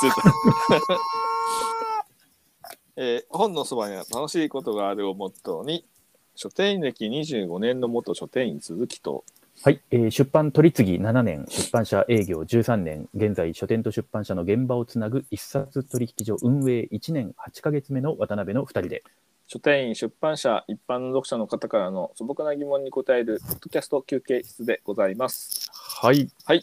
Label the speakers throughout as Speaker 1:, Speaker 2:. Speaker 1: つうと えー本のそばには楽しいことがあるをモットーに書店員歴25年の元書店員鈴木と
Speaker 2: はい、えー出版取り次ぎ7年、出版社営業13年、現在書店と出版社の現場をつなぐ一冊取引所運営1年8ヶ月目の渡辺の2人で、
Speaker 1: 書店員出版社一般の読者の方からの素朴な疑問に答えるポッドキャスト休憩室でございます。
Speaker 2: はい、よ
Speaker 1: はい、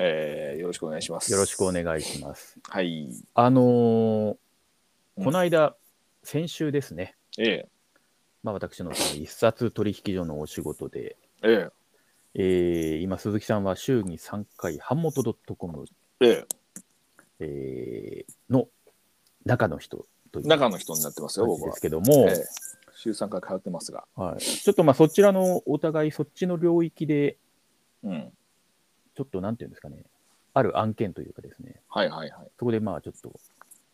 Speaker 1: えーよろしくお願いします。
Speaker 2: ろしくお
Speaker 1: い。
Speaker 2: 願いします。
Speaker 1: はい。
Speaker 2: あの
Speaker 1: う
Speaker 2: ー
Speaker 1: ん
Speaker 2: この間、先週ですね、
Speaker 1: え
Speaker 2: まあ、私のその一冊取引所のお仕事で、
Speaker 1: ええ
Speaker 2: えー今、鈴木さんは週に3回、版元 .com、
Speaker 1: ええ
Speaker 2: えーの中の人という
Speaker 1: え中の人になってますよ、
Speaker 2: 感じ
Speaker 1: 僕
Speaker 2: で
Speaker 1: は
Speaker 2: す。けども、
Speaker 1: ええ週3回通ってますが。
Speaker 2: はい、ちょっとまあそちらのお互いそっちの領域で、
Speaker 1: うん。
Speaker 2: ちょっとなんていうんですかね、ある案件というかですね、
Speaker 1: はいはいはい。
Speaker 2: そこでまあちょっと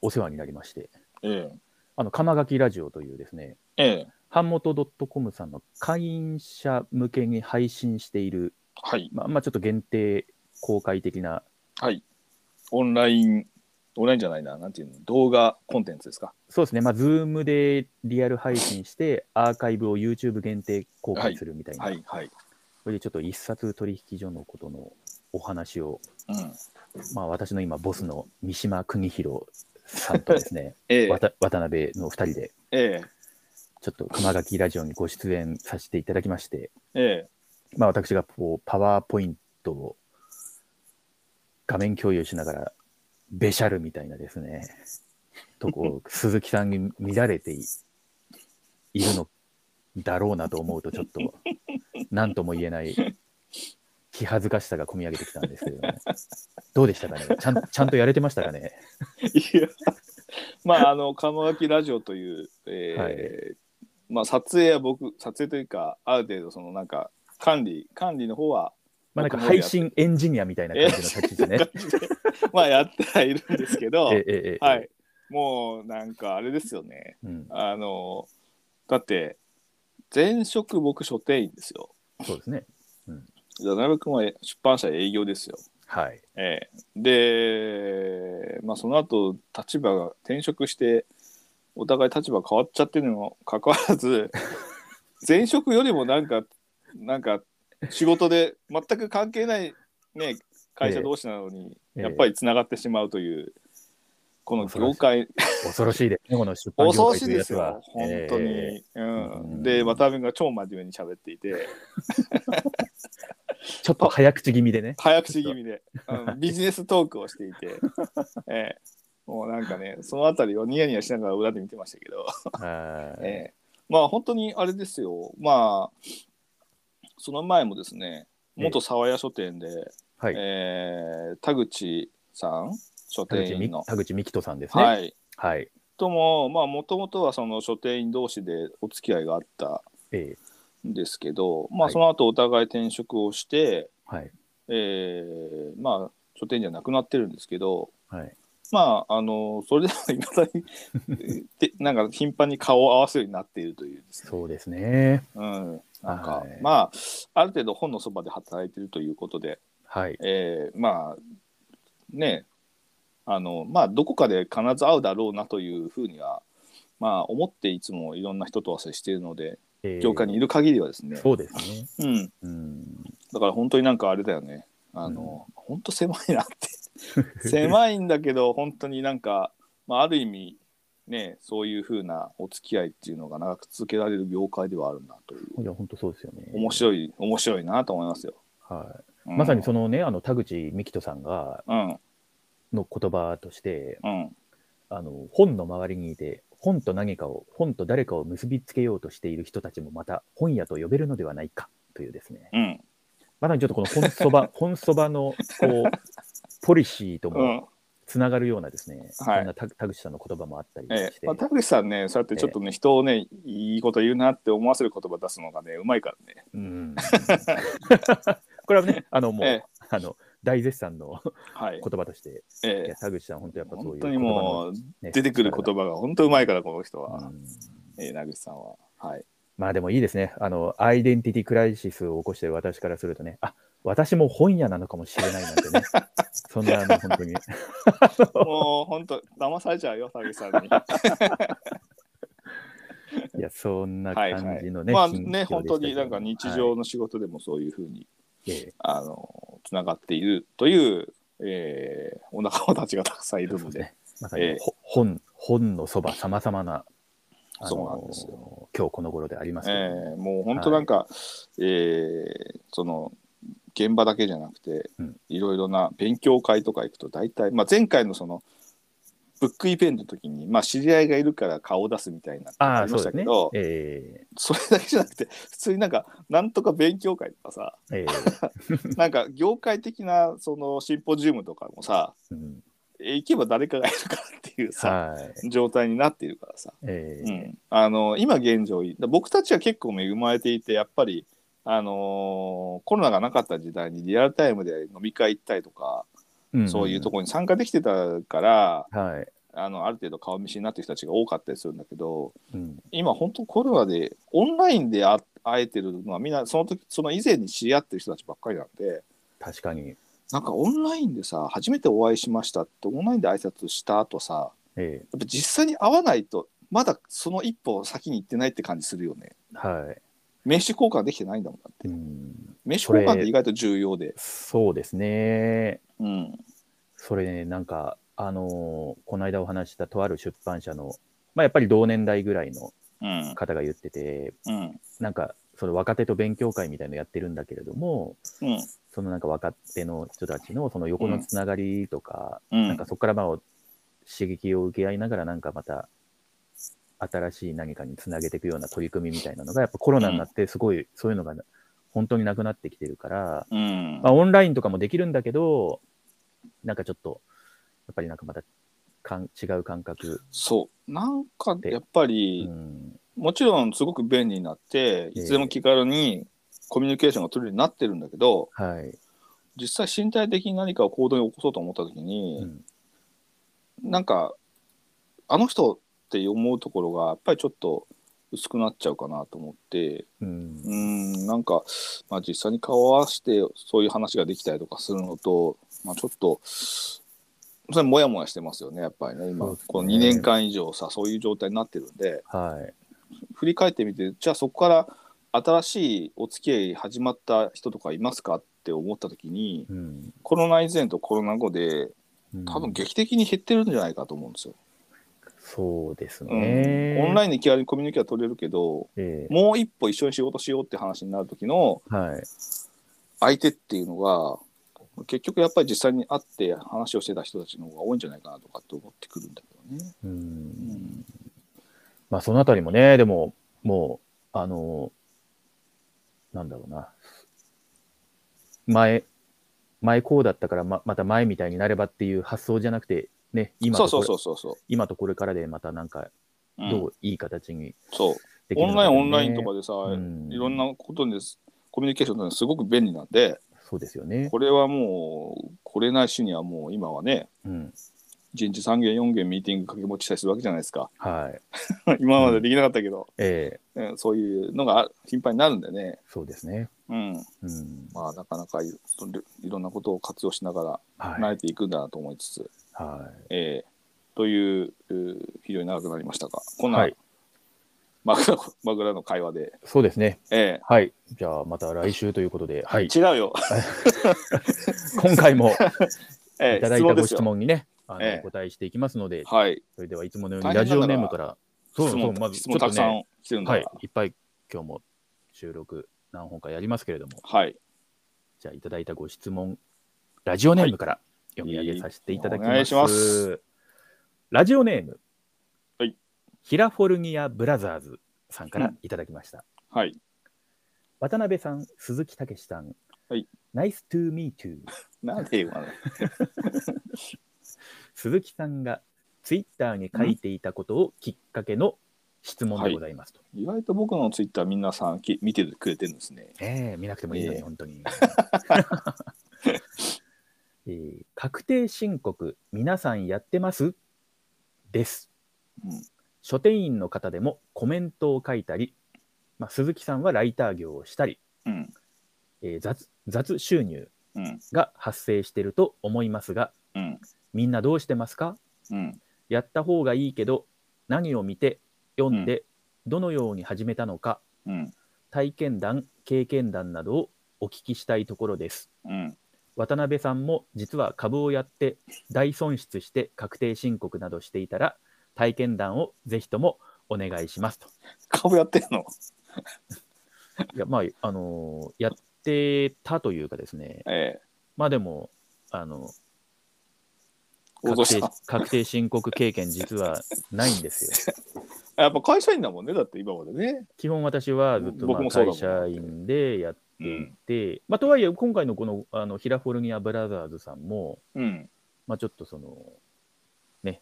Speaker 2: お世話になりまして、
Speaker 1: え
Speaker 2: あの、釜垣ラジオというですね、
Speaker 1: えええ
Speaker 2: 版元 .com さんの会員者向けに配信している、
Speaker 1: はい。
Speaker 2: まあ、まあちょっと限定公開的な、
Speaker 1: はい。オンライン、オンラインじゃないな、なんていうの、動画コンテンツですか。
Speaker 2: そうですね、まあ、Zoom でリアル配信して、アーカイブを YouTube 限定公開するみたいな、
Speaker 1: はいはい。
Speaker 2: それでちょっと一冊取引所のことのお話を
Speaker 1: うん。
Speaker 2: まあ、私の今、ボスの三島邦弘さんとですね、
Speaker 1: ええ
Speaker 2: わた渡辺の2人で、
Speaker 1: え
Speaker 2: ちょっと熊垣ラジオにご出演させていただきまして、
Speaker 1: ええ
Speaker 2: まあ、私がこうパワーポイントを画面共有しながら、べしゃるみたいなですね、とこう鈴木さんに見られていいるのだろうなと思うと、ちょっと、なんとも言えない。気恥ずかしさが込み上げてきたんですけどね。どうでしたかねちゃんちゃんとやれてましたかね
Speaker 1: えいや、 まあ、あの、鴨垣ラジオという、ええまあ、撮影は僕、撮影というか、ある程度、その、なんか、管理、管理の方は、
Speaker 2: まあなんか
Speaker 1: 僕の方で
Speaker 2: 配
Speaker 1: やって
Speaker 2: 信エンジニアみたいな感じの立ち位置 でね。
Speaker 1: まあ、やってはいるんですけど、
Speaker 2: ええええ
Speaker 1: は。い。もう、なんか、あれですよね。
Speaker 2: うん、
Speaker 1: あの、だって、前職僕書店員ですよ。
Speaker 2: そうですね。
Speaker 1: 渡辺君は出版社営業ですよ。
Speaker 2: はい。
Speaker 1: ええで、まあ、その後立場が転職してお互い立場変わっちゃってるにもかかわらず 前職よりもなんかなんか仕事で全く関係ない、ね、会社同士なのに、
Speaker 2: ええ
Speaker 1: やっぱりつながってしまうという、この業界
Speaker 2: 恐ろしいですね、この出版
Speaker 1: 恐
Speaker 2: 業
Speaker 1: ろ
Speaker 2: 界
Speaker 1: し
Speaker 2: と
Speaker 1: い
Speaker 2: いう
Speaker 1: で
Speaker 2: や
Speaker 1: す
Speaker 2: つは
Speaker 1: よ。、本当に。
Speaker 2: え
Speaker 1: うん
Speaker 2: うん
Speaker 1: で、渡辺君が超真面目に喋っていて、
Speaker 2: えちょっと早口気 味でね。
Speaker 1: 早口気味 で、うんビジネストークをしていて、ええもうなんかね、そのあたりをニヤニヤしながら裏で見てましたけど、
Speaker 2: あー
Speaker 1: ええまあ本当にあれですよ、まあ、その前もですね、元沢屋書店で、
Speaker 2: はい。
Speaker 1: ええ田口さん、書
Speaker 2: 田口
Speaker 1: 店
Speaker 2: み
Speaker 1: 員の。
Speaker 2: 田口美希人さんですね。
Speaker 1: は
Speaker 2: はい。
Speaker 1: い、とも、まあもともとはその書店員同士でお付き合いがあった
Speaker 2: ええ
Speaker 1: んですけど、ま
Speaker 2: は
Speaker 1: あ、
Speaker 2: い
Speaker 1: その後お互い転職をして、
Speaker 2: はい。
Speaker 1: えーまあ書店じゃなくなってるんですけど
Speaker 2: はい。
Speaker 1: まああのそれでもいまだに でなんか頻繁に顔を合わせるようになっているというですね
Speaker 2: そうですね。
Speaker 1: うん、なんか、
Speaker 2: はい
Speaker 1: まあある程度本のそばで働いてるということで、
Speaker 2: はい。
Speaker 1: えーまあねあのまあどこかで必ず会うだろうなというふうにはまあ思っていつもいろんな人とは接しているので
Speaker 2: ええ
Speaker 1: 業界にいる限りはですね、
Speaker 2: そうですね。
Speaker 1: うん、
Speaker 2: うん。
Speaker 1: だから本当になんかあれだよね。あの、本当狭いな って。狭いんだけど、本当になんか、まあ、ある意味、ね、そういう風なお付き合いっていうのが長く続けられる業界ではあるなという。
Speaker 2: いや、本当そうですよね。
Speaker 1: 面白い、面白いなと思いますよ。
Speaker 2: は
Speaker 1: う
Speaker 2: い。
Speaker 1: ん
Speaker 2: まさにそのね、あの田口美希人さんが
Speaker 1: うん、
Speaker 2: の言葉として、
Speaker 1: うん、
Speaker 2: あの本の周りにいて本と何かを本と誰かを結びつけようとしている人たちもまた本屋と呼べるのではないかというですね
Speaker 1: うん、
Speaker 2: まさにちょっとこの本そば 本そばのこうポリシーと
Speaker 1: う
Speaker 2: も
Speaker 1: ん。
Speaker 2: つながるようなですね、
Speaker 1: はい
Speaker 2: そんな田田口さんの言葉もあったり
Speaker 1: え
Speaker 2: し
Speaker 1: え、
Speaker 2: て、
Speaker 1: まあ、田口さんね、そうやってちょっとね、人をね、いいこと言うなって思わせる言葉出すのがね、うまいからね。
Speaker 2: うん これはねあのもう、
Speaker 1: ええ
Speaker 2: あの大絶賛の
Speaker 1: はい
Speaker 2: 言。葉として、い
Speaker 1: ええ
Speaker 2: や、田口さん本当やっぱそう
Speaker 1: 本
Speaker 2: いう
Speaker 1: 当に
Speaker 2: 言葉の
Speaker 1: もう、
Speaker 2: ね
Speaker 1: 出てくる言葉が本当うまいから、この人は。
Speaker 2: うん
Speaker 1: えー、名口さんは。はい。
Speaker 2: まあでもいいですね。あの、アイデンティティクライシスを起こしてる私からするとね、あ私も本屋なのかもしれないなんて ね、そんな、あの本当に、
Speaker 1: もう本当騙されちゃうよ、佐木さんに。
Speaker 2: いや、そんな
Speaker 1: はいは
Speaker 2: 感
Speaker 1: い
Speaker 2: じの ね、
Speaker 1: まあ
Speaker 2: 近況
Speaker 1: ね、
Speaker 2: でした
Speaker 1: 本
Speaker 2: け
Speaker 1: 当
Speaker 2: ど
Speaker 1: になんか日
Speaker 2: はい
Speaker 1: 常の仕事でもそういうふうに、
Speaker 2: え
Speaker 1: あのつながっているという、えーお仲間たちがたくさんい
Speaker 2: えそ
Speaker 1: る
Speaker 2: うで
Speaker 1: の
Speaker 2: す
Speaker 1: で。
Speaker 2: ねまさに
Speaker 1: ええ
Speaker 2: ほ本、本のそば、さまざまな、あの
Speaker 1: そうなんですよ
Speaker 2: 今日この頃でありますけどね、
Speaker 1: えーもう本当なんか、えーその現場だけじゃなくて、
Speaker 2: うん
Speaker 1: いろいろな勉強会とか行くと大体、まあ、前回のそのブックイベントの時に、まあ、知り合いがいるから顔を出すみたいなのが
Speaker 2: あ
Speaker 1: あ
Speaker 2: あ、
Speaker 1: り
Speaker 2: そ
Speaker 1: ま
Speaker 2: う
Speaker 1: した
Speaker 2: です
Speaker 1: け
Speaker 2: ね
Speaker 1: ど。そ,、
Speaker 2: え
Speaker 1: れだけじゃなくて普通になんかなんとか勉強会とかさ
Speaker 2: えええ
Speaker 1: なんか業界的なそのシンポジウムとかもさ
Speaker 2: うん
Speaker 1: え行けば誰かがいるからっていうさ、
Speaker 2: はい。
Speaker 1: 状態になっているからさ
Speaker 2: え
Speaker 1: う
Speaker 2: え
Speaker 1: ん、あの今現状僕たちは結構恵まれていてやっぱり、あのーコロナがなかった時代にリアルタイムで飲み会行ったりとか、
Speaker 2: ん
Speaker 1: そういうところに参加できてたから
Speaker 2: はい。
Speaker 1: あのある程度顔見知りになってる人たちが多かったりするんだけど
Speaker 2: うん、
Speaker 1: 今本当コロナでオンラインであ会えてるのはみんなその時その以前に知り合ってる人たちばっかりなんで
Speaker 2: 確かに。
Speaker 1: なんかオンラインでさ初めてお会いしましたってオンラインで挨拶した後さ
Speaker 2: ええ
Speaker 1: やっぱ実際に会わないとまだその一歩先に行ってないって感じするよね。
Speaker 2: は
Speaker 1: 名刺交換できてないんだもんだって
Speaker 2: い。うん。
Speaker 1: 名刺交換って意外と重要で、
Speaker 2: そうですね。
Speaker 1: うん、
Speaker 2: それね、なんか、あのーこの間お話ししたとある出版社の、まあ、やっぱり同年代ぐらいの
Speaker 1: うん
Speaker 2: 方が言ってて、
Speaker 1: うん
Speaker 2: なんか、その若手と勉強会みたいのやってるんだけれども、
Speaker 1: うん
Speaker 2: そのなんか若手の人たちのその横のつながりとか、
Speaker 1: うん
Speaker 2: なんかそこからまあ刺激を受け合いながら、なんかまた新しい何かにつなげていくような取り組みみたいなのが、やっぱコロナになって、すごいそういうのが本当になくなってきてるから、
Speaker 1: うん
Speaker 2: まあ、オンラインとかもできるんだけど、なんかちょっと、やっぱりなんかまたかん違う感覚、
Speaker 1: そうなんかやっぱ
Speaker 2: う
Speaker 1: り、
Speaker 2: ん、
Speaker 1: もちろんすごく便利になっていつでも気軽にコミュニケーションが取れるようになってるんだけど
Speaker 2: はい、
Speaker 1: 実際身体的に何かを行動に起こそうと思った時
Speaker 2: う
Speaker 1: に、
Speaker 2: ん、
Speaker 1: なんかあの人って思うところがやっぱりちょっと薄くなっちゃうかなと思って
Speaker 2: うん
Speaker 1: う、んなんか、まあ、実際に顔を合わせてそういう話ができたりとかするのと、まあ、ちょっとそれもやもやしてますよねやっぱりね今
Speaker 2: そうですね
Speaker 1: この2年間以上さそういう状態になってるんで
Speaker 2: はい、
Speaker 1: 振り返ってみてじゃあそこから新しいお付き合い始まった人とかいますかって思った時に
Speaker 2: うん、
Speaker 1: コロナ以前とコロナ後で
Speaker 2: うん
Speaker 1: 多分劇的に減ってるんじゃないかと思うんですよ。
Speaker 2: そうです
Speaker 1: うん
Speaker 2: ね。
Speaker 1: オンラ
Speaker 2: イン、
Speaker 1: インで気軽にコミュニケーション取れるけど
Speaker 2: ええ
Speaker 1: もう一歩一緒に仕事しようって話になる時の
Speaker 2: はい、
Speaker 1: 相手っていうのが結局やっぱり実際に会って話をしてた人たちの方が多いんじゃないかなとかって思ってくるんだけどね。
Speaker 2: う、
Speaker 1: うんん
Speaker 2: まあ、そのあたりもね、でも、もう、あの、なんだろうな、前、前こうだったからま、また前みたいになればっていう発想じゃなくて、ね、今
Speaker 1: そ
Speaker 2: と
Speaker 1: うそう
Speaker 2: こ
Speaker 1: そ
Speaker 2: れ
Speaker 1: うそうそ
Speaker 2: 今とこれからでまたなんか、
Speaker 1: う。うん
Speaker 2: どういい形に
Speaker 1: そう
Speaker 2: でき
Speaker 1: オ
Speaker 2: るの
Speaker 1: ン
Speaker 2: か
Speaker 1: ライ
Speaker 2: ね
Speaker 1: ンオンラインとかでさ、
Speaker 2: うん
Speaker 1: いろんなことにですコミュニケーションというのはすごく便利なんで
Speaker 2: そうですよね。
Speaker 1: これはもうこれないしにはもう今はね
Speaker 2: うん。
Speaker 1: 1日3件4件ミーティング掛け持ちしたりするわけじゃないですか
Speaker 2: はい。
Speaker 1: 今までできなかったけど、
Speaker 2: ええ
Speaker 1: うんそういうのが頻繁になるんでね、
Speaker 2: そうですね。
Speaker 1: うん、
Speaker 2: うん。
Speaker 1: まあなかなかいいろんなことを活用しながら慣
Speaker 2: はい。
Speaker 1: れていくんだなと思いつつ、
Speaker 2: は
Speaker 1: えーといううー非常に長くなりましたがこ
Speaker 2: い。
Speaker 1: んな
Speaker 2: はい。
Speaker 1: 枕,、枕の会話で、
Speaker 2: そうですね。
Speaker 1: え
Speaker 2: はい。じゃあ、また来週ということで、はい。
Speaker 1: ー違うよ、
Speaker 2: 今回 も
Speaker 1: えー
Speaker 2: いただいたご質問にね、あの
Speaker 1: ええ
Speaker 2: お答えしていきますので、
Speaker 1: はい
Speaker 2: それではいつものよう
Speaker 1: 大
Speaker 2: に
Speaker 1: 変な
Speaker 2: ラジ
Speaker 1: んだ
Speaker 2: オ
Speaker 1: から
Speaker 2: ネームから、そう
Speaker 1: 質
Speaker 2: そう、ま
Speaker 1: 問
Speaker 2: ず
Speaker 1: 質
Speaker 2: ちょ
Speaker 1: 問
Speaker 2: っと
Speaker 1: たくさん
Speaker 2: ね、
Speaker 1: 来てるんだ
Speaker 2: はい
Speaker 1: か、
Speaker 2: いっぱい今日も収録何本かやりますけれども、
Speaker 1: らはい、
Speaker 2: じゃあいただいたご質問、ラジオネームから読み上げさせていただきます。
Speaker 1: お願いします
Speaker 2: ラジオネーム、
Speaker 1: はい、
Speaker 2: ヒラフォルニアブラザーズさんからいただきました。
Speaker 1: はい、
Speaker 2: 渡辺さん、鈴木武さん、
Speaker 1: はい、
Speaker 2: ナイストゥーミートゥー。
Speaker 1: なんで今の
Speaker 2: 鈴木さんがツイッターに書いていたことをきっかけの質問でございますと。
Speaker 1: 意外と僕のツイッター皆さんき見てくれてるんですね
Speaker 2: ええ見なくてもいいのに、
Speaker 1: ええ
Speaker 2: 本当に。 えー確定申告、皆さんやってますです、
Speaker 1: うん
Speaker 2: 書店員の方でもコメントを書いたり、まあ、鈴木さんはライター業をしたり、
Speaker 1: うん
Speaker 2: えー雑雑収入
Speaker 1: うん
Speaker 2: が発生してると思いますが
Speaker 1: うん
Speaker 2: みんなどうしてますか
Speaker 1: うん
Speaker 2: やった方がいいけど何を見て読んで、どのように始めたのか
Speaker 1: うん
Speaker 2: 体験談経験談などをお聞きしたいところです
Speaker 1: うん
Speaker 2: 渡辺さんも実は株をやって大損失して確定申告などしていたら体験談をぜひともお願いしますと。
Speaker 1: 株やってんの
Speaker 2: いやまああのーやってたというかですね
Speaker 1: え
Speaker 2: まあでもあの
Speaker 1: え
Speaker 2: 確
Speaker 1: 脅し
Speaker 2: 定
Speaker 1: た
Speaker 2: 確定申告経験実はないんです よ。
Speaker 1: やっぱ会社員だもんねだって今までね
Speaker 2: 基本私はずっとま
Speaker 1: 僕
Speaker 2: あ
Speaker 1: もそうだも
Speaker 2: 会
Speaker 1: ん
Speaker 2: 社員でやっ
Speaker 1: う
Speaker 2: ていて、まあ、とはいえ今回のこのあのヒラフォルニア・ブラザーズさんも、
Speaker 1: うん
Speaker 2: まあ、ちょっとそのね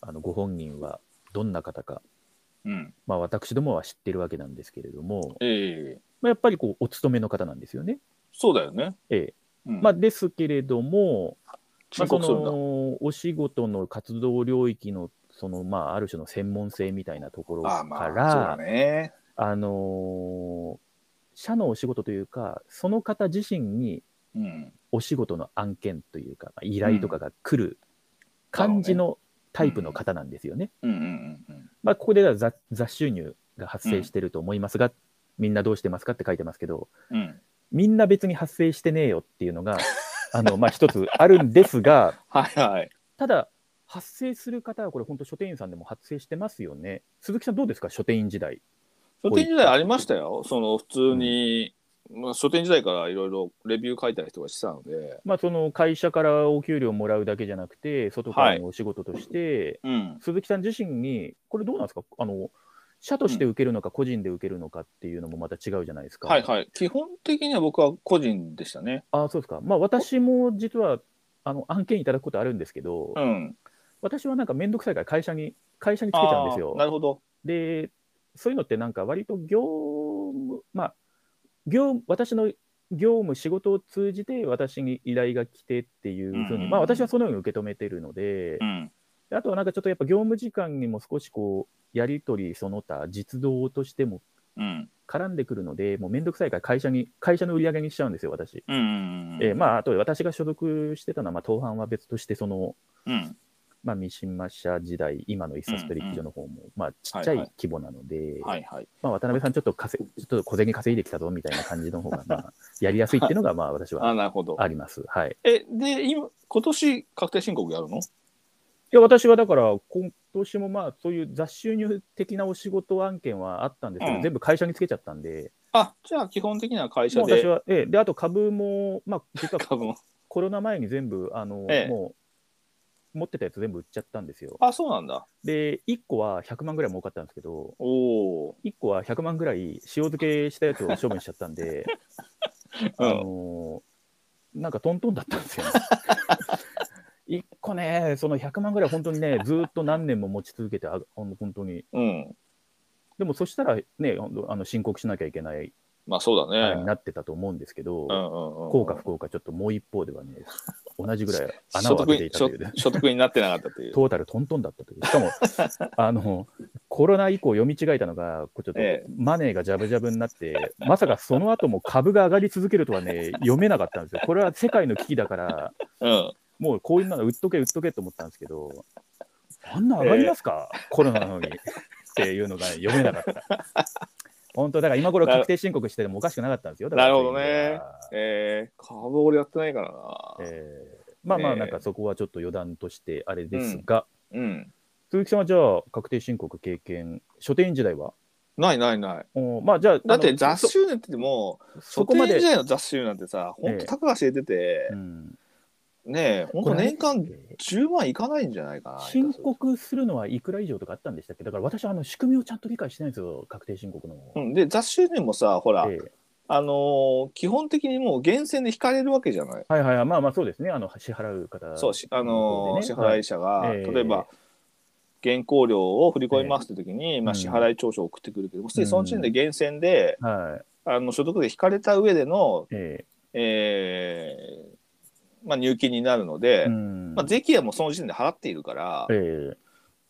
Speaker 2: あのご本人はどんな方か
Speaker 1: うん
Speaker 2: まあ、私どもは知ってるわけなんですけれども、
Speaker 1: ええ
Speaker 2: まあ、やっぱりこうお勤めの方なんですよね。
Speaker 1: そうだよね
Speaker 2: ええ
Speaker 1: うん
Speaker 2: まあ、ですけれども、ま
Speaker 1: 申
Speaker 2: あ、そ
Speaker 1: 告するんだ
Speaker 2: のお仕事の活動領域のその、まあ、ある種の専門性みたいなところ
Speaker 1: あ
Speaker 2: か
Speaker 1: あまあ
Speaker 2: ら、
Speaker 1: そうだね
Speaker 2: あのー社のお仕事というか、その方自身に
Speaker 1: うん
Speaker 2: お仕事の案件というか、まあ依頼とかが来る感じのタイプの方なんですよね。
Speaker 1: うんうんうんうん
Speaker 2: まあ、ここでは雑雑収入が発生してると思いますが、みんなどうしてますかって書いてますけど、
Speaker 1: うん
Speaker 2: みんな別に発生してねえよっていうのが、 あの、まあ、一つあるんですが、
Speaker 1: はいはい
Speaker 2: ただ、発生する方は、これ、本当、書店員さんでも発生してますよね。鈴木さん、どうですか、書店員時代。
Speaker 1: 書店時代ありましたよ。その普通に、まあ、書店時代からいろいろレビュー書いたりとかしてたので、
Speaker 2: まあ、その会社からお給料もらうだけじゃなくて、外からのお仕事として、
Speaker 1: うん、
Speaker 2: 鈴木さん自身に、これ、どうなんですか、あの、社として受けるのか、個人で受けるのかっていうのもまた違うじゃないですか。
Speaker 1: はいはい。基本的には僕は個人でしたね。
Speaker 2: あそうですか。まあ、私も実は、あの、案件いただくことあるんですけど、
Speaker 1: うん。
Speaker 2: 私はなんか、めんどくさいから会社に、会社につけちゃうんですよ
Speaker 1: あー。なるほど。
Speaker 2: で、そういうのってなんか割と業務、まあ、業務、私の業務、仕事を通じて私に依頼が来てっていうふう
Speaker 1: うんうん
Speaker 2: に、
Speaker 1: うん
Speaker 2: まあ私はそのように受け止めてるので
Speaker 1: う、ん。
Speaker 2: であとはなんかちょっとやっぱ業務時間にも少しこう、やり取りその他、実動としても
Speaker 1: うん。
Speaker 2: 絡んでくるので、もうめんどくさいから会社に、会社の売り上げにしちゃうんですよ、私。
Speaker 1: うんうん。
Speaker 2: えーまあ、あと私が所属してたのは、まあ、東販は別として、その、
Speaker 1: うん。
Speaker 2: まあ、三島社時代、今の一冊取引所の方も、まあ、ちっちゃい規模なので、
Speaker 1: はいはい。
Speaker 2: まあ、渡辺さん、ちょっと稼いちょっと小銭稼いできたぞみたいな感じの方が、まあ、 やりやすいっていうのが、まあ、私
Speaker 1: あ
Speaker 2: は
Speaker 1: なるほど。
Speaker 2: あります。はい。
Speaker 1: え、で、今、今年確定申告やるの
Speaker 2: いや、私はだから、今年もまあ、そういう雑収入的なお仕事案件はあったんですけど、
Speaker 1: うん
Speaker 2: 全部会社につけちゃったんで、
Speaker 1: あ、じゃあ基本的には会社
Speaker 2: もう私
Speaker 1: で
Speaker 2: は、ええ、で、あと株も、まあ、実は
Speaker 1: 株も。
Speaker 2: コロナ前に全部、あの、
Speaker 1: ええ
Speaker 2: もう、持ってたやつ全部売っちゃったんですよ。
Speaker 1: あ、そうなんだ。
Speaker 2: で、1個は100万ぐらい儲かったんですけど、
Speaker 1: おお。
Speaker 2: 1個は100万ぐらい塩漬けしたやつを処分しちゃったんで、
Speaker 1: う
Speaker 2: あ
Speaker 1: ん。
Speaker 2: のーなんかトントンだったんですよ、 ね。一個ね、その100万ぐらい本当 にね、ずーっと何年も持ち続けて、あほん本当に。
Speaker 1: うん。
Speaker 2: でもそしたらね、ほんとあの申告しなきゃいけない、
Speaker 1: まあそう
Speaker 2: あ
Speaker 1: だ
Speaker 2: れに
Speaker 1: ね。
Speaker 2: なってたと思うんですけど、
Speaker 1: うんうんうん。
Speaker 2: 効果不効果、ちょっともう一方で はね、同じぐらい穴
Speaker 1: 所
Speaker 2: を開けて
Speaker 1: 得に
Speaker 2: いたとい うね、
Speaker 1: 所得になってなかったという。
Speaker 2: トータルトントンだったという。し かも、あの、コロナ以降読み違えたのが、こうちょっと
Speaker 1: ええ
Speaker 2: マネーがジャブジャブになって、まさかその後も株が上がり続けるとはね、読めなかったんですよ。これは世界の危機だから、
Speaker 1: うん。
Speaker 2: もうこういうの売っとけ売っとけと思ったんですけど、あんな上がりますか、コロナなのにっていうのがね、読めなかった。本当だから今頃確定申告しててもおかしくなかったんですよ。だから
Speaker 1: なるほどね
Speaker 2: そういう意味では
Speaker 1: えー、株俺やってないからな。
Speaker 2: えーまあま
Speaker 1: え
Speaker 2: あ
Speaker 1: え
Speaker 2: なんかそこはちょっと余談としてあれですが、
Speaker 1: うん。
Speaker 2: 鈴木さんはじゃあ確定申告経験書店員時代は
Speaker 1: ないないない。
Speaker 2: おーまあじゃあ
Speaker 1: だっ
Speaker 2: あ
Speaker 1: て
Speaker 2: の
Speaker 1: 雑
Speaker 2: そ
Speaker 1: 誌なんてもう、
Speaker 2: そこま
Speaker 1: 書店
Speaker 2: で
Speaker 1: 時、代の雑誌なんてさ、ほん
Speaker 2: ええ
Speaker 1: と高橋出てて、
Speaker 2: うん
Speaker 1: ねえ、ほん
Speaker 2: ことれね
Speaker 1: 年間
Speaker 2: えー
Speaker 1: 10万いかないんじゃないかな。
Speaker 2: 申告するのはいくら以上とかあったんでしたっけだから私はあの仕組みをちゃんと理解してないんですよ確定申告の。
Speaker 1: うん、で、雑誌にもさ、ほら、
Speaker 2: ええ
Speaker 1: あのー基本的にもう厳選で引かれるわけじゃない。
Speaker 2: はいはいはい、まあまあそうですね、あの支払う方、
Speaker 1: そうし、あのー支
Speaker 2: は
Speaker 1: 払
Speaker 2: い
Speaker 1: い者が、
Speaker 2: はいええ
Speaker 1: 例えば、原稿料を振り込みますって時に、まあ、
Speaker 2: うん
Speaker 1: 支払い調書を送ってくるけど、もうすでにその時点で厳選で、
Speaker 2: はい
Speaker 1: あの所得で引かれた上での、
Speaker 2: え
Speaker 1: えーまあ、入金になるので、
Speaker 2: えうん
Speaker 1: まあ、税金はもうその時点で払っているから、
Speaker 2: ええ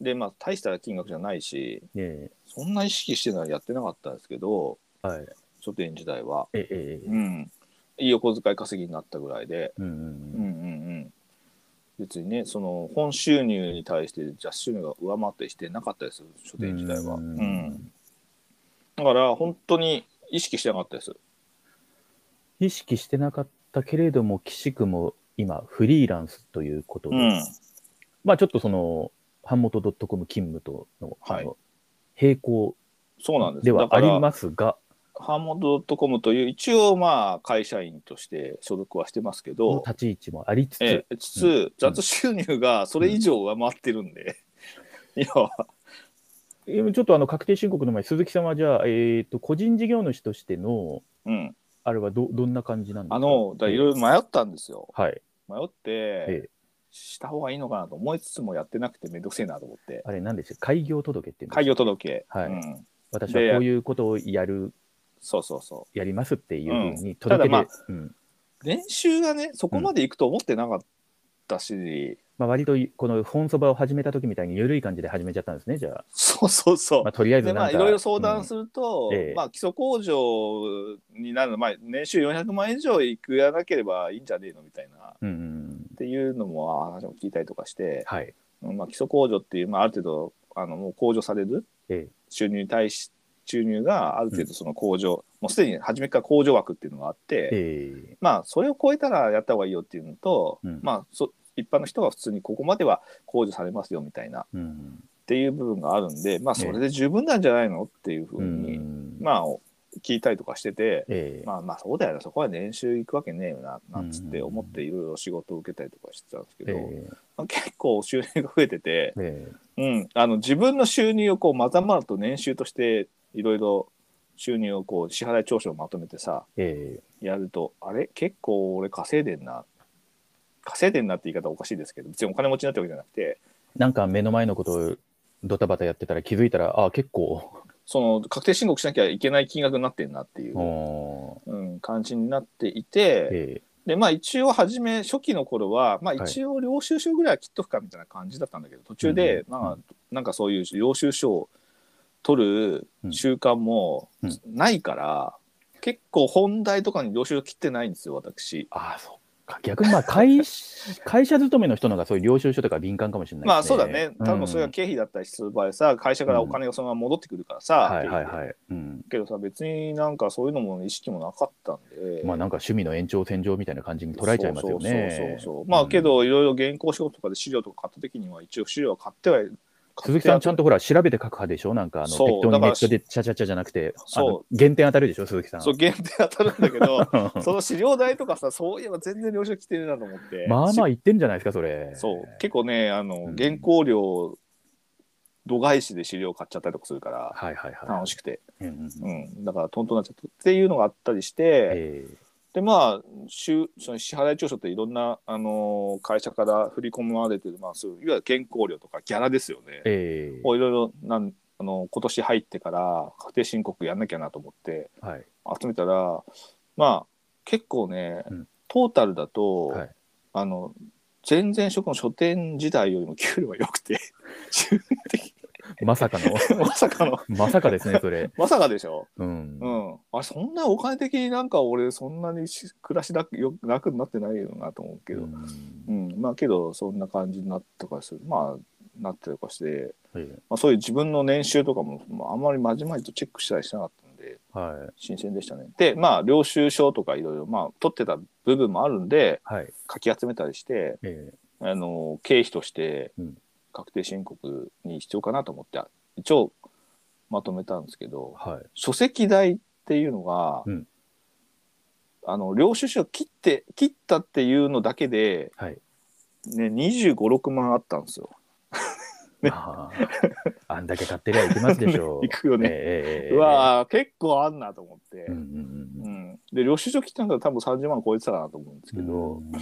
Speaker 1: でまあ大した金額じゃないし
Speaker 2: え
Speaker 1: そんな意識してのはやってなかったんですけど
Speaker 2: えはい。
Speaker 1: 書店時代は、
Speaker 2: ええええ
Speaker 1: う。ん、いいお小遣い稼ぎになったぐらいで、
Speaker 2: うんう
Speaker 1: うんうん
Speaker 2: ん
Speaker 1: うん、別にねその本収入に対して雑誌収入が上回ったりしてなかったです書
Speaker 2: うん。
Speaker 1: 店時代は、
Speaker 2: う
Speaker 1: うんん
Speaker 2: うんうん
Speaker 1: だから本当に意識してなかったです
Speaker 2: 意識してなかったけれども、岸くも今、フリーランスということで、
Speaker 1: うん
Speaker 2: まあちょっとその、版元 .com 勤務との,、
Speaker 1: はい
Speaker 2: あの並行
Speaker 1: そうなんです
Speaker 2: ではあり
Speaker 1: だか
Speaker 2: ますが、
Speaker 1: らハーモンド .com という一応まあ会社員として所属はしてますけ
Speaker 2: その
Speaker 1: ど
Speaker 2: 立ち位置もありつつ、
Speaker 1: ええつつ、雑収入がそれ以上上回ってるんで、 今は
Speaker 2: 今ちょっとあの確定申告の前、鈴木さんはじゃあ、えー、と個人事業主としての、
Speaker 1: うん
Speaker 2: あれはどどんな感じなんですか
Speaker 1: あのだからいろいろ迷ったんですよ
Speaker 2: はい。
Speaker 1: 迷って、
Speaker 2: え
Speaker 1: した方がいいのかなと思いつつもやってなくてめんどくせえなと思って
Speaker 2: あれ、なんでした開業届っていうんですか
Speaker 1: 開業届、
Speaker 2: はい
Speaker 1: うん、
Speaker 2: 私はこういうことをやる、
Speaker 1: そうそうそ
Speaker 2: やりますっていうふうに
Speaker 1: ただ
Speaker 2: 届けて、
Speaker 1: まあ
Speaker 2: うん
Speaker 1: う練習がねそこまでいくと思ってなかったし、
Speaker 2: まあ、割とこの本そばを始めた時みたいに緩い感じで始めちゃったんですね、じゃあ。
Speaker 1: そうそうそう、
Speaker 2: まあ、とりあえずな
Speaker 1: で
Speaker 2: んか、
Speaker 1: まあいろいろ相談す
Speaker 2: る、
Speaker 1: ると、
Speaker 2: うんええ
Speaker 1: まあ基礎控除になるまあ年収400万円以上いくやなければいいんじゃねえのみたいなっ
Speaker 2: うんうんうん、
Speaker 1: ていうのもあ話も聞いたりとかして、
Speaker 2: はい。
Speaker 1: まあ、基礎控除っていう、まあ、ある程度あのもう控除される
Speaker 2: ええ
Speaker 1: 収入に対し収入がある程度その控除、もうすでに初めから控除枠っていうのがあって、
Speaker 2: ええ
Speaker 1: まあそれを超えたらやった方がいいよっていうのと、
Speaker 2: うん
Speaker 1: まあそ一般の人は普通にここまでは控除されますよみたいなっ
Speaker 2: うん
Speaker 1: ていう部分があるんでまあそれで十分なんじゃないのっていうふう
Speaker 2: う
Speaker 1: に、
Speaker 2: ん
Speaker 1: まあ聞いたりとかしてて、
Speaker 2: ええ
Speaker 1: まあまあそうだよなそこは年収行くわけねえよななんつっ
Speaker 2: う
Speaker 1: て
Speaker 2: ん
Speaker 1: 思っていろいろ仕事を受けたりとかしてたんですけ
Speaker 2: え
Speaker 1: ど、まあ、結構収入が増えてて、
Speaker 2: えええ
Speaker 1: うん、あの自分の収入をこうまざまると年収としていろいろ収入をこう支払い調書をまとめてさ
Speaker 2: ええ
Speaker 1: やるとあれ結構俺稼いでんな稼いでんなって言い方おかしいですけど別にお金持ちになってるわけじゃなくて
Speaker 2: なんか目の前のことをドタバタやってたら気づいたら、ああ、結構、
Speaker 1: その確定申告しなきゃいけない金額になってんなっていう、
Speaker 2: お
Speaker 1: うん、感じになっていて、
Speaker 2: ーえ
Speaker 1: でまあ一応初め初期の頃はまあ一応領収書ぐらいは切っとくかみたいな感じだったんだけど途中で、
Speaker 2: うんうん
Speaker 1: まあなんかそういう領収書を取る習慣も
Speaker 2: うん
Speaker 1: ないから、結構本題とかに領収書切ってないんですよ私。
Speaker 2: ああ、そっか。逆にまあ会 社会社勤めの人の方がそういう領収書とか敏感かもしれないです、ね。
Speaker 1: まあそうだね多分それが
Speaker 2: うん
Speaker 1: 経費だったりする場合さ、会社からお金がそのまま戻ってくるからさ、
Speaker 2: はいはいはい。うん。
Speaker 1: けどさ別になんかそういうのも意識もなかったんで。
Speaker 2: まあなんか趣味の延長線上みたいな感じに捉えちゃいますよね。
Speaker 1: そうそうそうそうまあけどいろいろ原稿仕事とかで資料とか買った時には一応資料は買っては買っては
Speaker 2: 鈴木さん、ちゃんとほら、調べて書く派でしょなんか、あの、適
Speaker 1: そう
Speaker 2: 当
Speaker 1: だ
Speaker 2: に
Speaker 1: か
Speaker 2: ネ
Speaker 1: ら
Speaker 2: ットでちゃちゃちゃじゃなくて、あの
Speaker 1: そ
Speaker 2: 原点当たるでしょ鈴木さん。
Speaker 1: そう限定当たるんだけ ど
Speaker 2: ま
Speaker 1: その資料代とかさそういえば全然領収書来てるなと思って
Speaker 2: あまあ言ってんじゃないですか、それ。
Speaker 1: そう結構ねあの、
Speaker 2: うん
Speaker 1: 原稿料度外視で資料買っちゃったりとかするから
Speaker 2: はいはいはい。
Speaker 1: 楽しくて、
Speaker 2: うんうんうん
Speaker 1: うん、だからトントンになっちゃったっていうのがあったりして、
Speaker 2: え
Speaker 1: でまあ収その支払い調書っていろんな、あのー会社から振り込まれてる、まあ、そういういわゆる原稿料とかギャラですよね
Speaker 2: え。ええ
Speaker 1: をいろいろなんあの今年入ってから確定申告やんなきゃなと思って
Speaker 2: はい。
Speaker 1: 集めたらまあ結構ね、
Speaker 2: うん
Speaker 1: トータルだと、
Speaker 2: はい
Speaker 1: あの全然職の書店時代よりも給料が良くて 収入的
Speaker 2: まさ かの、
Speaker 1: にまさかの
Speaker 2: まさかですね、それ。
Speaker 1: まさかでしょ、
Speaker 2: うん。
Speaker 1: うん、あれそんなお金的になんか俺そんなにし暮らし楽よ楽になってないよなと思うけど、
Speaker 2: う
Speaker 1: うん
Speaker 2: ん
Speaker 1: まあけどそんな感じになったりとかするまあなったりとかして、
Speaker 2: え
Speaker 1: まあ、そういう自分の年収とかもまああんまりまじまじとチェックしたりしなかったんで。
Speaker 2: えはい。
Speaker 1: 新鮮でしたね。でまあ領収書とかいろいろまあ取ってた部分もあるんで
Speaker 2: はい。
Speaker 1: かき集めたりして、
Speaker 2: え
Speaker 1: あの経費として
Speaker 2: うん
Speaker 1: 確定申告に必要かなと思って一応まとめたんですけ
Speaker 2: え
Speaker 1: ど
Speaker 2: はい。
Speaker 1: 書籍代っていうのが、
Speaker 2: うん
Speaker 1: あの領収書切って切ったっていうのだけで、
Speaker 2: はい
Speaker 1: ね、2 5 6万あったんですよ。
Speaker 2: ああ、あんだけ買ってりゃいきますでしょ う。
Speaker 1: いくよね
Speaker 2: ええええええ
Speaker 1: うわー結構あんなと思って、
Speaker 2: う
Speaker 1: うん
Speaker 2: うんんうん。
Speaker 1: で領収書切ったんだったら多分30万超えてたかなと思うんですけど。
Speaker 2: うん、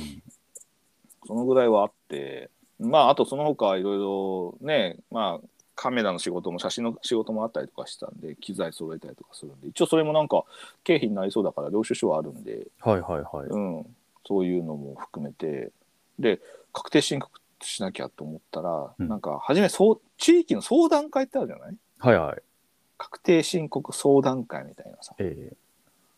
Speaker 1: そのぐらいはあって、まあ、あとその他いろいろね、まあ、カメラの仕事も写真の仕事もあったりとかしてたんで、機材揃えたりとかするんで、一応それもなんか経費になりそうだから領収書はあるんで、
Speaker 2: はいはいはい。
Speaker 1: うん、そういうのも含めて、で、確定申告しなきゃと思ったら、
Speaker 2: うん
Speaker 1: なんか初めそう地域の相談会ってあるじゃない
Speaker 2: はいはい。
Speaker 1: 確定申告相談会みたいなさ
Speaker 2: ええ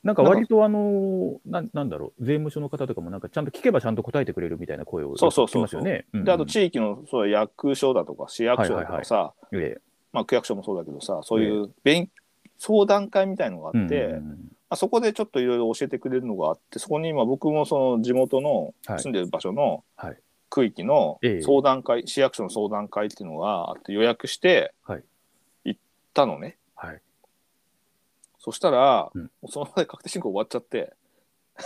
Speaker 2: なんか割とあのー、なんなんだろう、税務署の方とかもなんかちゃんと聞けばちゃんと答えてくれるみたいな声を
Speaker 1: そうそうそう
Speaker 2: 聞きますよね。うんうん
Speaker 1: であと地域のそう役所だとか市役所だとかさ、
Speaker 2: え
Speaker 1: まあ、区役所もそうだけどさそういう勉、相談会みたいのが
Speaker 2: え
Speaker 1: あって、
Speaker 2: うんう
Speaker 1: ま
Speaker 2: んうん
Speaker 1: あ、そこでちょっといろいろ教えてくれるのがあってそこに今僕もその地元の
Speaker 2: はい
Speaker 1: 住んでる場所の
Speaker 2: はい
Speaker 1: 区域の
Speaker 2: ええ
Speaker 1: 相談会、市役所の相談会っていうのがあって予約して
Speaker 2: はい
Speaker 1: 行ったのね、
Speaker 2: はい。
Speaker 1: そしたら、
Speaker 2: うん
Speaker 1: その場で確定申告終わっちゃって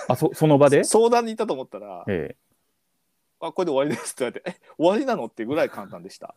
Speaker 2: あ、そその場で
Speaker 1: 相談に行ったと思ったら
Speaker 2: ええ
Speaker 1: 「あこれで終わりです」って言われて「え終わりなの?」ってぐらい簡単で した。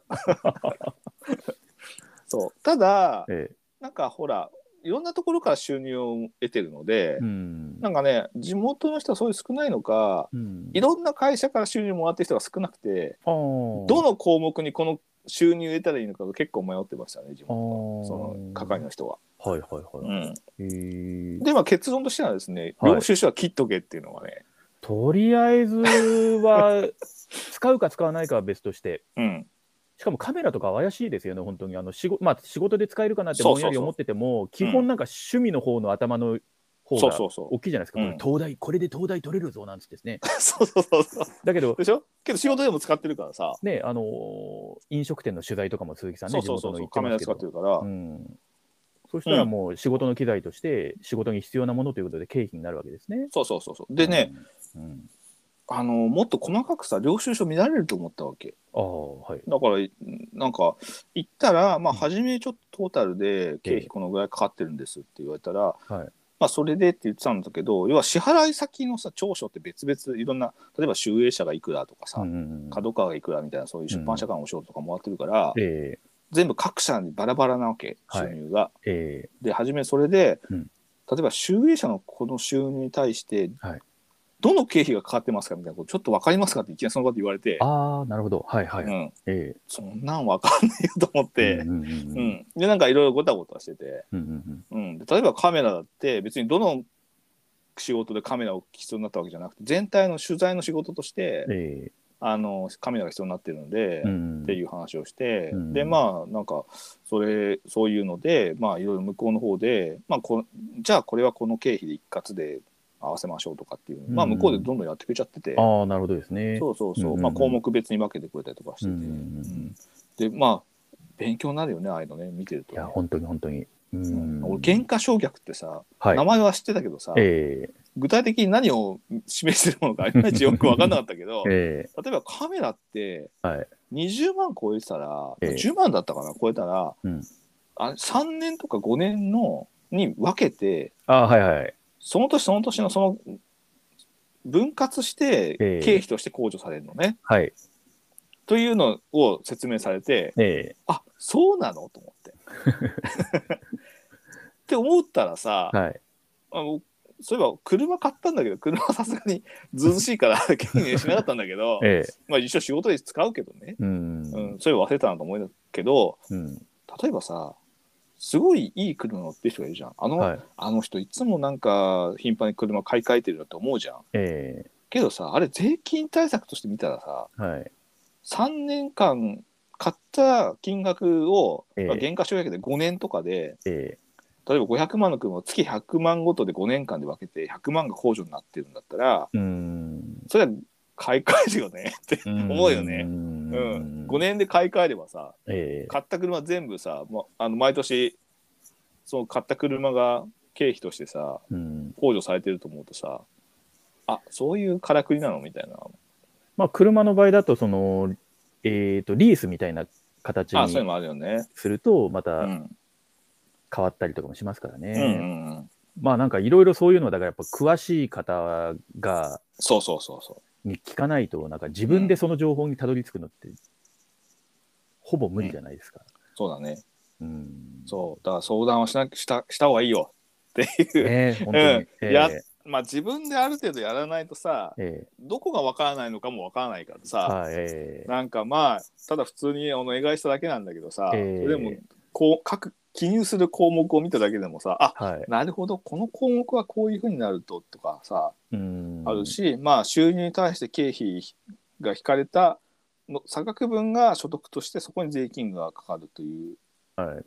Speaker 1: そうただ
Speaker 2: ええ
Speaker 1: なんかほらいろんなところから収入を得てるので、
Speaker 2: うん
Speaker 1: なんかね地元の人はそういう少ないのか
Speaker 2: うん
Speaker 1: いろんな会社から収入もらってる人が少なくて、
Speaker 2: あー
Speaker 1: どの項目にこの収入得たらいいのかが結構迷ってましたね地
Speaker 2: あ
Speaker 1: 元
Speaker 2: ー
Speaker 1: その係の人は。
Speaker 2: はいはいはい。
Speaker 1: うん、
Speaker 2: ええ
Speaker 1: でまあ結論としてはですね
Speaker 2: はい
Speaker 1: 領収書は切っとけっていうのがね、
Speaker 2: とりあえずは、使うか使わないかは別として、
Speaker 1: うん
Speaker 2: しかもカメラとか怪しいですよね、本当に。あの仕事まあ、仕事で使えるかなって
Speaker 1: そう
Speaker 2: ぼ
Speaker 1: そうそ
Speaker 2: んや
Speaker 1: う
Speaker 2: り思ってても、基本なんか趣味の方の頭の方
Speaker 1: そう
Speaker 2: が
Speaker 1: そうそう
Speaker 2: 大きいじゃないですか、
Speaker 1: うん
Speaker 2: これ東大、これで東大取れるぞなんつってですね。
Speaker 1: そうそうそうそう。
Speaker 2: だけど、
Speaker 1: でしょけど仕事でも使ってるからさ。
Speaker 2: ねあのー飲食店の取材とかも鈴木さん
Speaker 1: そ
Speaker 2: ね、
Speaker 1: うそうそう
Speaker 2: 地
Speaker 1: そう。
Speaker 2: 元の行って
Speaker 1: カメ
Speaker 2: ま
Speaker 1: ラ
Speaker 2: すけ
Speaker 1: 使
Speaker 2: ど
Speaker 1: ってるから。
Speaker 2: うん、そしたらもう仕事の機材として、仕事に必要なものということで経費になるわけですね。
Speaker 1: そうそうそうそう。でね、
Speaker 2: うん、うん
Speaker 1: あのもっと細かくさ領収書見られると思ったわけ。
Speaker 2: ああ、はい。
Speaker 1: だからうんなんか行ったらまあ
Speaker 2: うん
Speaker 1: 初めちょっとトータルで経
Speaker 2: ええ
Speaker 1: 費このぐらいかかってるんですって言われたら、
Speaker 2: い
Speaker 1: まあそれでって言ってたんだけど、要は支払い先のさ調書って別々いろんな例えば集英社がいくらとかさ。
Speaker 2: うんうんうん
Speaker 1: 角川がいくらみたいなそういう出版社からのお仕事とかもらってるから、
Speaker 2: え
Speaker 1: 全部各社にバラバラなわけ
Speaker 2: は
Speaker 1: 収
Speaker 2: い
Speaker 1: 入が、
Speaker 2: ええ
Speaker 1: で初めそれで、
Speaker 2: うん
Speaker 1: 例えば収益者のこの収入に対して、
Speaker 2: はい
Speaker 1: どの経費がかかってますかみたいなことちょっと分かりますかっていきなりその場で言われて
Speaker 2: え、ああ、なるほど。はいはい。
Speaker 1: うん、
Speaker 2: え
Speaker 1: そんなん分かんないよと思って、
Speaker 2: えう
Speaker 1: うん
Speaker 2: んうんうん
Speaker 1: でなんかいろいろごたごたしてて、
Speaker 2: うんうんうん
Speaker 1: うん、で例えばカメラだって別にどの仕事でカメラを必要になったわけじゃなくて全体の取材の仕事として、
Speaker 2: え
Speaker 1: あのカメラが必要になってるので。
Speaker 2: えうん
Speaker 1: っていう話をして、
Speaker 2: うん
Speaker 1: でまあなんかそれそういうのでまあいろいろ向こうの方で、まあ、こじゃあこれはこの経費で一括で合わせましょうとかっていう、まあ
Speaker 2: うん
Speaker 1: 向こうでどんどんやってくれちゃってて、
Speaker 2: ああ、なるほどですね。
Speaker 1: そうそうそう、
Speaker 2: うん
Speaker 1: まあ、項目別に分けてくれたりとかしてて、
Speaker 2: うん
Speaker 1: うんでまあ勉強になるよねああいうのね見てると
Speaker 2: い
Speaker 1: ね、
Speaker 2: や、本当に本当に。
Speaker 1: う
Speaker 2: う
Speaker 1: ん
Speaker 2: ん。
Speaker 1: 俺原価償却ってさ、
Speaker 2: はい
Speaker 1: 名前は知ってたけどさ、
Speaker 2: え
Speaker 1: 具体的に何を示してるもの かいまいちよく分かんなかったけど
Speaker 2: ええ
Speaker 1: 例えばカメラって
Speaker 2: えはい。
Speaker 1: 20万超えてたら、
Speaker 2: ええ
Speaker 1: 10万だったかな超えたら、
Speaker 2: うん
Speaker 1: あ3年とか5年のに分けて
Speaker 2: ああ、はいはい。
Speaker 1: その年その年のその分割して
Speaker 2: ええ
Speaker 1: 経費として控除されるのね、
Speaker 2: はい。
Speaker 1: というのを説明されて
Speaker 2: え
Speaker 1: あそうなのと思っ て。って思ったらさ
Speaker 2: え、はい。
Speaker 1: あのそういえば車買ったんだけど車はさすがにずうずうしいから経費にしなかったんだけど、
Speaker 2: ええ
Speaker 1: まあ一応仕事で使うけどね、
Speaker 2: うん。
Speaker 1: うん、そういえば忘れたなと思うんだけど、
Speaker 2: うん。
Speaker 1: 例えばさすごいいい車乗ってる人がいるじゃんあの,、
Speaker 2: はい。
Speaker 1: あの人いつもなんか頻繁に車買い替えてるなって思うじゃん
Speaker 2: え
Speaker 1: けどさあれ税金対策として見たらさ
Speaker 2: えはい。
Speaker 1: 3年間買った金額を、
Speaker 2: ええ
Speaker 1: まあ、減価償却で5年とかで
Speaker 2: え
Speaker 1: 例えば500万の車を月100万ごとで5年間で分けて100万が控除になってるんだったら
Speaker 2: えうん。
Speaker 1: それは買い替えるよねって思うよね。
Speaker 2: ん
Speaker 1: うん、5。年で買い替えればさ
Speaker 2: ええ
Speaker 1: 買った車全部さ、ま、あの毎年その買った車が経費としてさ
Speaker 2: うん。
Speaker 1: 控除されてると思うとさあそういうからくりなのみたいな
Speaker 2: まあ、車の場合だと、その、えっと、リースみたいな形
Speaker 1: あそういうの
Speaker 2: に
Speaker 1: もあるよね。
Speaker 2: すると、ま
Speaker 1: う
Speaker 2: た
Speaker 1: ん
Speaker 2: 変わったりとかもしますから
Speaker 1: うんう
Speaker 2: ね。
Speaker 1: んうん、
Speaker 2: まあ、なんかいろいろそういうの、だからやっぱ詳しい方が、
Speaker 1: そうそうそうそ
Speaker 2: に聞かないと、なんか自分でその情報にたどり着くのって、ほぼ無理じゃないですか。
Speaker 1: うそうだね
Speaker 2: うん。
Speaker 1: そうだから相談はしなしたした方がいいよっていう、
Speaker 2: ねえ、本当に。ええ
Speaker 1: やまあ自分である程度やらないとさ
Speaker 2: ええ
Speaker 1: どこがわからないのかもわからないからさ、
Speaker 2: はい、ええ
Speaker 1: なんかまあただ普通にあの描いしただけなんだけどさ、
Speaker 2: えー
Speaker 1: それでもこう各記入する項目を見ただけでもさあ
Speaker 2: はい。
Speaker 1: なるほどこの項目はこういうふうになるととかさ
Speaker 2: うん。
Speaker 1: あるし、まあ収入に対して経費が引かれたの差額分が所得としてそこに税金がかかるという
Speaker 2: はい。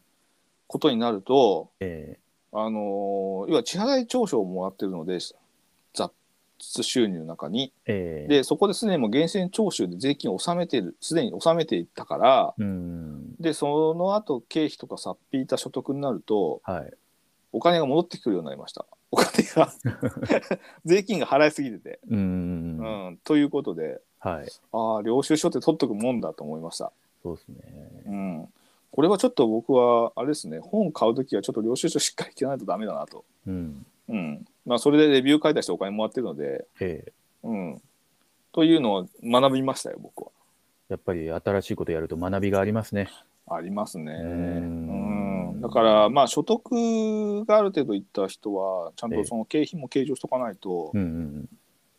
Speaker 1: ことになると、
Speaker 2: え
Speaker 1: あのー要は支払い調書をもらってるので雑収入の中に
Speaker 2: ー、えー、
Speaker 1: でそこですでにもう源泉徴収で税金を納めてるすでに納めていったから
Speaker 2: うん。
Speaker 1: でその後経費とかさっぴいた所得になると
Speaker 2: はい。
Speaker 1: お金が戻ってくるようになりましたお金 が税金が払いすぎてて、
Speaker 2: うん。
Speaker 1: う
Speaker 2: は
Speaker 1: んということで
Speaker 2: い。
Speaker 1: ああ領収書って取っとくもんだと思いました、
Speaker 2: そうですね。
Speaker 1: うん、これはちょっと僕はあれですね本買う時はちょっと領収書しっかり聞かないとダメだなと、
Speaker 2: うん。
Speaker 1: うんまあ、それでレビュー書いた人お金もらってるので、
Speaker 2: ええ
Speaker 1: うん、というのを学びましたよ僕は。
Speaker 2: やっぱり新しいことやると学びがありますね。
Speaker 1: ありますね。
Speaker 2: ん
Speaker 1: うんだからまあ所得がある程度いった人はちゃんとその経費も計上しとかないと
Speaker 2: うんうん。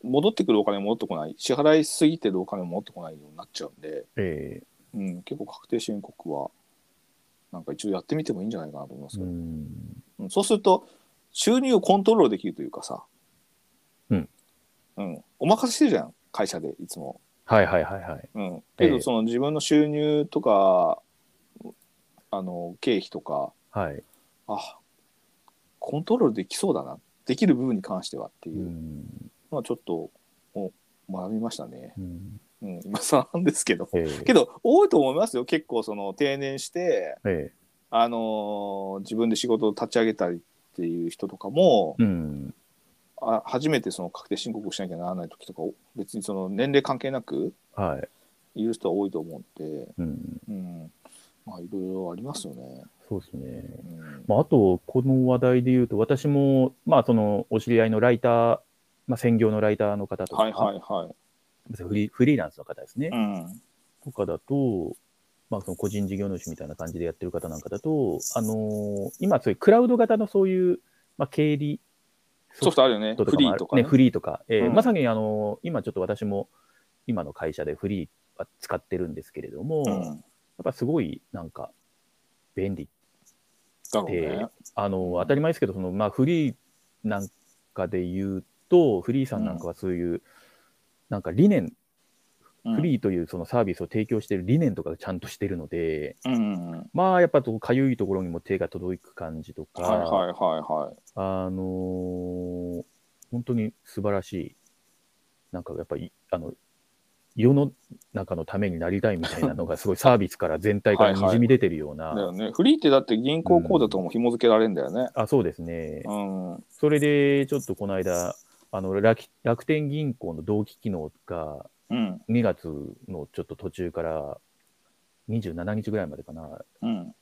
Speaker 1: 戻ってくるお金も戻ってこない支払いすぎてるお金も戻ってこないようになっちゃうんで、
Speaker 2: え
Speaker 1: うん、結構確定申告はなんか一応やってみてもいいんじゃないかなと思います
Speaker 2: え
Speaker 1: け
Speaker 2: う
Speaker 1: ど、
Speaker 2: ん。
Speaker 1: うんそうすると収入をコントロールできるというかさ、
Speaker 2: うん
Speaker 1: うん、お任せしてるじゃん会社でいつも。
Speaker 2: はいはいはいはい。
Speaker 1: うん、け
Speaker 2: え
Speaker 1: ど
Speaker 2: え
Speaker 1: その自分の収入とか、あの経費とか
Speaker 2: はい。
Speaker 1: あコントロールできそうだなできる部分に関してはって
Speaker 2: う。
Speaker 1: いうんのはちょっとお学びましたね、
Speaker 2: うん、
Speaker 1: うん、今更なんですけど
Speaker 2: ええ
Speaker 1: けど多いと思いますよ結構その定年して、
Speaker 2: ええ
Speaker 1: あのー自分で仕事を立ち上げたりっていう人とかも、
Speaker 2: うん。
Speaker 1: あ初めてその確定申告をしなきゃならない時とかお別にその年齢関係なく
Speaker 2: はい。
Speaker 1: いる人は多いと思うんで、
Speaker 2: うん。
Speaker 1: うん、まあいろいろありますよね。
Speaker 2: そうですね。
Speaker 1: うん
Speaker 2: まあ、あと、この話題で言うと、私も、まあ、その、お知り合いのライター、まあ、専業のライターの方とか、
Speaker 1: はいはいはい。
Speaker 2: フリーフリーランスの方ですね、
Speaker 1: うん、
Speaker 2: とかだと、まあ、その個人事業主みたいな感じでやってる方なんかだと、あのー今、そういうクラウド型のそういう、まあ、経理
Speaker 1: ソフトあるよね。
Speaker 2: と
Speaker 1: フ
Speaker 2: も
Speaker 1: リ
Speaker 2: あ
Speaker 1: ー
Speaker 2: る
Speaker 1: とかね。
Speaker 2: フリーとか、えー
Speaker 1: うん
Speaker 2: まさに、あのー今ちょっと私も、今の会社でフリーは使ってるんですけれども、
Speaker 1: うん
Speaker 2: やっぱすごい、なんか、便利
Speaker 1: だろうね
Speaker 2: で。あの当たり前ですけどその、まあ、フリーなんかで言うとフリーさんなんかはそういう、なんか理念フリーというそのサービスを提供している理念とかがちゃんとしてるので、
Speaker 1: うんうんうん、はい
Speaker 2: まあやっぱとかゆいところにも手が届く感じとか、
Speaker 1: はいはいはい。
Speaker 2: あのー本当に素晴らしいなんかやっぱりあの世の中のためになりたいみたいなのがすごいサービスから全体からにじみ出てるような、
Speaker 1: だよね。フリーってだって銀行口座とも紐付けられるんだよね。
Speaker 2: あそうですね、
Speaker 1: うん。
Speaker 2: それで、ちょっとこの間、あの楽楽天銀行の同期機能が
Speaker 1: うん。
Speaker 2: 2月のちょっと途中から27日ぐらいまでかな、
Speaker 1: うん。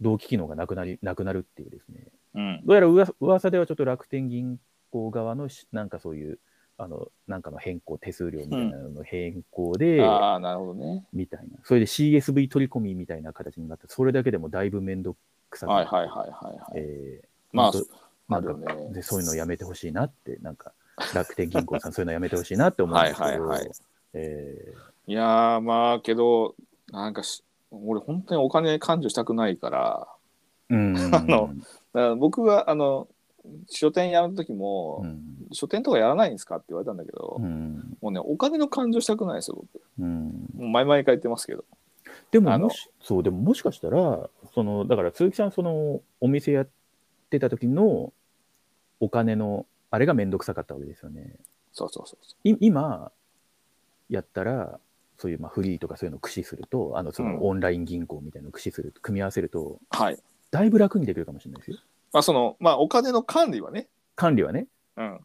Speaker 2: 同期機能がなくなりなくなるっていうですね、
Speaker 1: うん。
Speaker 2: どうやら噂噂ではちょっと楽天銀行側のしなんかそういう、あのなんかの変更、手数料みたいなのの変更で、
Speaker 1: ああ、なるほどね。
Speaker 2: みたいな、それで CSV 取り込みみたいな形になって、それだけでもだいぶ面倒くさく
Speaker 1: は
Speaker 2: ないって
Speaker 1: はいはいはいはい。
Speaker 2: えー
Speaker 1: まあ
Speaker 2: 本、
Speaker 1: あ
Speaker 2: なん
Speaker 1: る
Speaker 2: か
Speaker 1: よね。
Speaker 2: でそういうのやめてほしいなって、なんか楽天銀行さん、そういうのやめてほしいなって思うんですけど、
Speaker 1: はいはいはい
Speaker 2: え
Speaker 1: いやー、まあ、けど、なんかし、俺、本当にお金勘定したくないから、
Speaker 2: ーうん、
Speaker 1: あのだから僕は、あの、書店やる時も、
Speaker 2: うん、
Speaker 1: 書店とかやらないんですかって言われたんだけど、
Speaker 2: うん
Speaker 1: もうね、お金の勘定したくないですよ、僕。
Speaker 2: うん
Speaker 1: もう前々から言ってますけど。
Speaker 2: でも
Speaker 1: あの
Speaker 2: もし、そう、でももしかしたら、そのだから鈴木さん、そのお店やってた時のお金の、あれがめんどくさかったわけですよね。
Speaker 1: そうそうそうそう。
Speaker 2: い今、やったら、そういうまあフリーとかそういうのを駆使すると、あのそ
Speaker 1: うん
Speaker 2: のオンライン銀行みたいなのを駆使すると、組み合わせると、
Speaker 1: はい。
Speaker 2: だいぶ楽にできるかもしれないですよ。
Speaker 1: まあそのまあお金の管理はね、
Speaker 2: 管理はね、
Speaker 1: うん、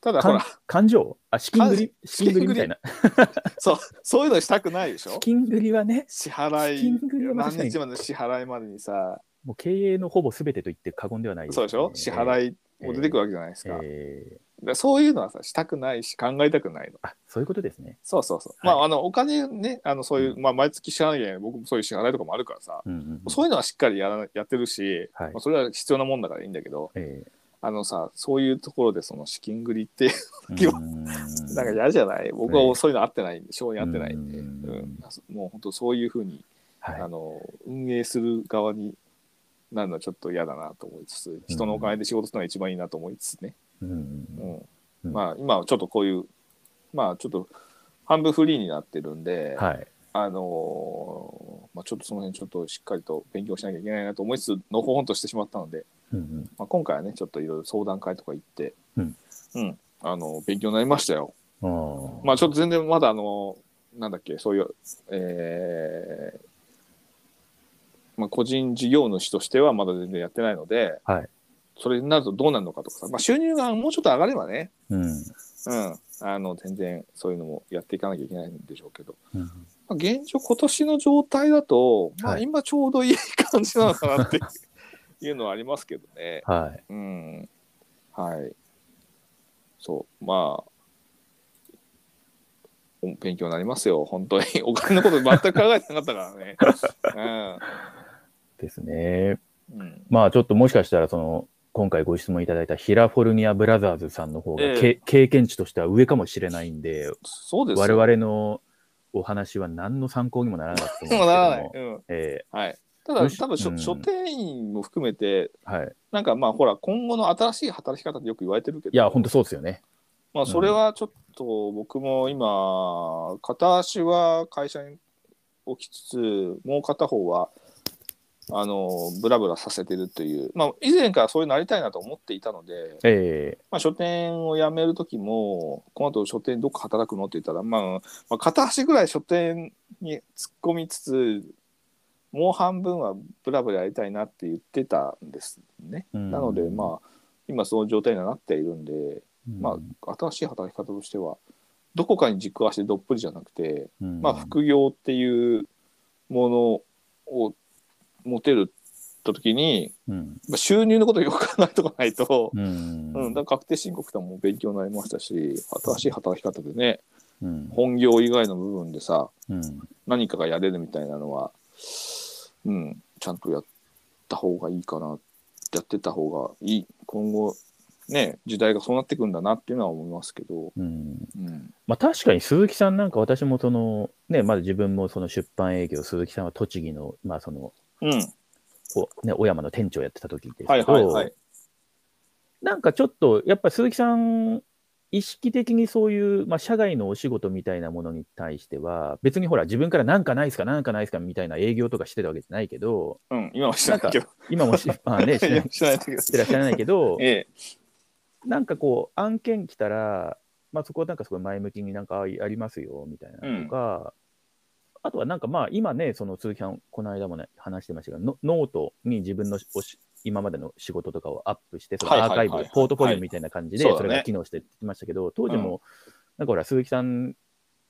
Speaker 1: ただほ
Speaker 2: 管
Speaker 1: ら
Speaker 2: 勘定あ、資金繰り
Speaker 1: 資
Speaker 2: 資
Speaker 1: 金繰
Speaker 2: 金
Speaker 1: り
Speaker 2: 繰りみたいな。
Speaker 1: そうそういうのしたくないでしょ
Speaker 2: 資金繰りはね、
Speaker 1: 支払
Speaker 2: 資金繰り
Speaker 1: い
Speaker 2: は
Speaker 1: 何
Speaker 2: 確かに
Speaker 1: 日までの支払いまでにさ
Speaker 2: もう経営のほぼ全てと言って過言ではない、
Speaker 1: そうでしょ支払いも出てくるわけじゃないです
Speaker 2: え
Speaker 1: か,、
Speaker 2: ー
Speaker 1: だか
Speaker 2: え
Speaker 1: らそういうのはさしたくないし考えたくないの
Speaker 2: ーあ、そういうことですね。
Speaker 1: そうそうそう、
Speaker 2: はい
Speaker 1: まああのお金ねあのそういう、
Speaker 2: う
Speaker 1: まあ、毎月支払いや僕もそういう支払いとかもあるからさ、
Speaker 2: うんうんうん
Speaker 1: そういうのはしっかりやらやってるし、
Speaker 2: はい
Speaker 1: まあ、それは必要なもんだからいいんだけど
Speaker 2: え
Speaker 1: あのさそういうところでその資金繰りって
Speaker 2: ー
Speaker 1: 時は
Speaker 2: うーん
Speaker 1: なんか嫌じゃない僕はそういうの合ってないんで性に合ってないんで、
Speaker 2: う
Speaker 1: うん
Speaker 2: ん
Speaker 1: もう本当そういうふうに、あ
Speaker 2: は
Speaker 1: の運営する側になるのはちょっと嫌だなと思いつつ人のお金で仕事するのが一番いいなと思いつつね、
Speaker 2: い。うんうん
Speaker 1: う
Speaker 2: うん
Speaker 1: ん
Speaker 2: うん
Speaker 1: まあ今はちょっとこういうまあちょっと半分フリーになってるんで、
Speaker 2: はい。
Speaker 1: あのーまあ、ちょっとその辺ちょっとしっかりと勉強しなきゃいけないなと思いつつのほほんとしてしまったので、
Speaker 2: うん
Speaker 1: まあ、今回はねちょっといろいろ相談会とか行って、
Speaker 2: うん
Speaker 1: うんあの勉強になりましたよ。
Speaker 2: うん。ああ。
Speaker 1: まあちょっと全然まだあのなんだっけそういう、えーまあ、個人事業主としてはまだ全然やってないので、
Speaker 2: はい
Speaker 1: それになるとどうなるのかとかさ、まあ、収入がもうちょっと上がればね、
Speaker 2: うん。
Speaker 1: うん、あの全然そういうのもやっていかなきゃいけないんでしょうけど、
Speaker 2: うん
Speaker 1: まあ、現状今年の状態だと、ま
Speaker 2: は
Speaker 1: あ、
Speaker 2: い
Speaker 1: 今ちょうどいい感じなのかな っていうのはありますけどね。
Speaker 2: はい。
Speaker 1: うん、はい。そう、まあ、お勉強になりますよ、本当に。 お金のこと全く考えてなかったからね。
Speaker 2: ですね。
Speaker 1: うん。うん、
Speaker 2: まあちょっともしかしたらその今回ご質問いただいたヒラフォルニアブラザーズさんの方が、
Speaker 1: ええ
Speaker 2: け経験値としては上かもしれないんで
Speaker 1: そうです
Speaker 2: 我
Speaker 1: よ。
Speaker 2: 々のお話は何の参考にもならなかったと思うんですけ
Speaker 1: も
Speaker 2: ど
Speaker 1: ならない
Speaker 2: も。、
Speaker 1: うん
Speaker 2: え
Speaker 1: はい、ただ、
Speaker 2: むし
Speaker 1: 多分書、
Speaker 2: うん
Speaker 1: 書店員も含めて、
Speaker 2: えはい、
Speaker 1: なんかまあほら今後の新しい働き方ってよく言われてるけど
Speaker 2: いや本当そうですよね。
Speaker 1: まあ、それはちょっと僕も今片足は会社に置きつつもう片方はあのブラブラさせてるという、まあ、以前からそういうのなりたいなと思っていたので、
Speaker 2: え
Speaker 1: まあ、書店を辞める時もこの後書店どっか働くのって言ったら、まあまあ、片足ぐらい書店に突っ込みつつもう半分はブラブラやりたいなって言ってたんですね。
Speaker 2: え
Speaker 1: なので、まあ、今その状態にはなっているんで、
Speaker 2: うん
Speaker 1: まあ、新しい働き方としては、どこかに軸足でどっぷりじゃなくて、
Speaker 2: うん
Speaker 1: まあ、副業っていうものを持てるときに、
Speaker 2: うん
Speaker 1: まあ、収入のことをよく考えとかないと、
Speaker 2: うん
Speaker 1: うん、だから確定申告とかも勉強になりましたし、新しい働き方でね、
Speaker 2: うん
Speaker 1: 本業以外の部分でさ、
Speaker 2: うん
Speaker 1: 何かがやれるみたいなのは、うん、ちゃんとやった方がいいかな、やってた方がいい、今後、ね、時代がそうなってくんだなっていうのは思いますけど、
Speaker 2: うん
Speaker 1: うん、
Speaker 2: まあ確かに鈴木さんなんか私もそのねまだ自分もその出版営業鈴木さんは栃木のまあその
Speaker 1: うん、
Speaker 2: おね小山の店長やってた時ですけど、
Speaker 1: はいはいはい、
Speaker 2: なんかちょっと、やっぱ鈴木さん、意識的にそういう、まあ、社外のお仕事みたいなものに対しては、別にほら、自分からなんかないですか、なんかないですかみたいな営業とかしてたわけじゃないけ ど、
Speaker 1: うん、今は知らないけど、
Speaker 2: 今もし、まあね、し
Speaker 1: い
Speaker 2: な
Speaker 1: や
Speaker 2: い
Speaker 1: 知らないけど、
Speaker 2: し、てらっしゃらないけど
Speaker 1: ええ、
Speaker 2: なんかこう、案件来たら、まあ、そこはなんかすごい前向きになんかあありますよみたいなのとか、あとはなんかまあ、今ね、その鈴木さん、この間もね、話してましたけど、ノノートに自分のおし今までの仕事とかをアップして、その
Speaker 1: はいは
Speaker 2: ア
Speaker 1: いは
Speaker 2: ー
Speaker 1: いは
Speaker 2: カ
Speaker 1: い
Speaker 2: イブ、ポートフォリオみたいな感じで、
Speaker 1: はいそう
Speaker 2: そ
Speaker 1: だね
Speaker 2: れが機能してきましたけど、当時も、なんかほら、鈴木さん、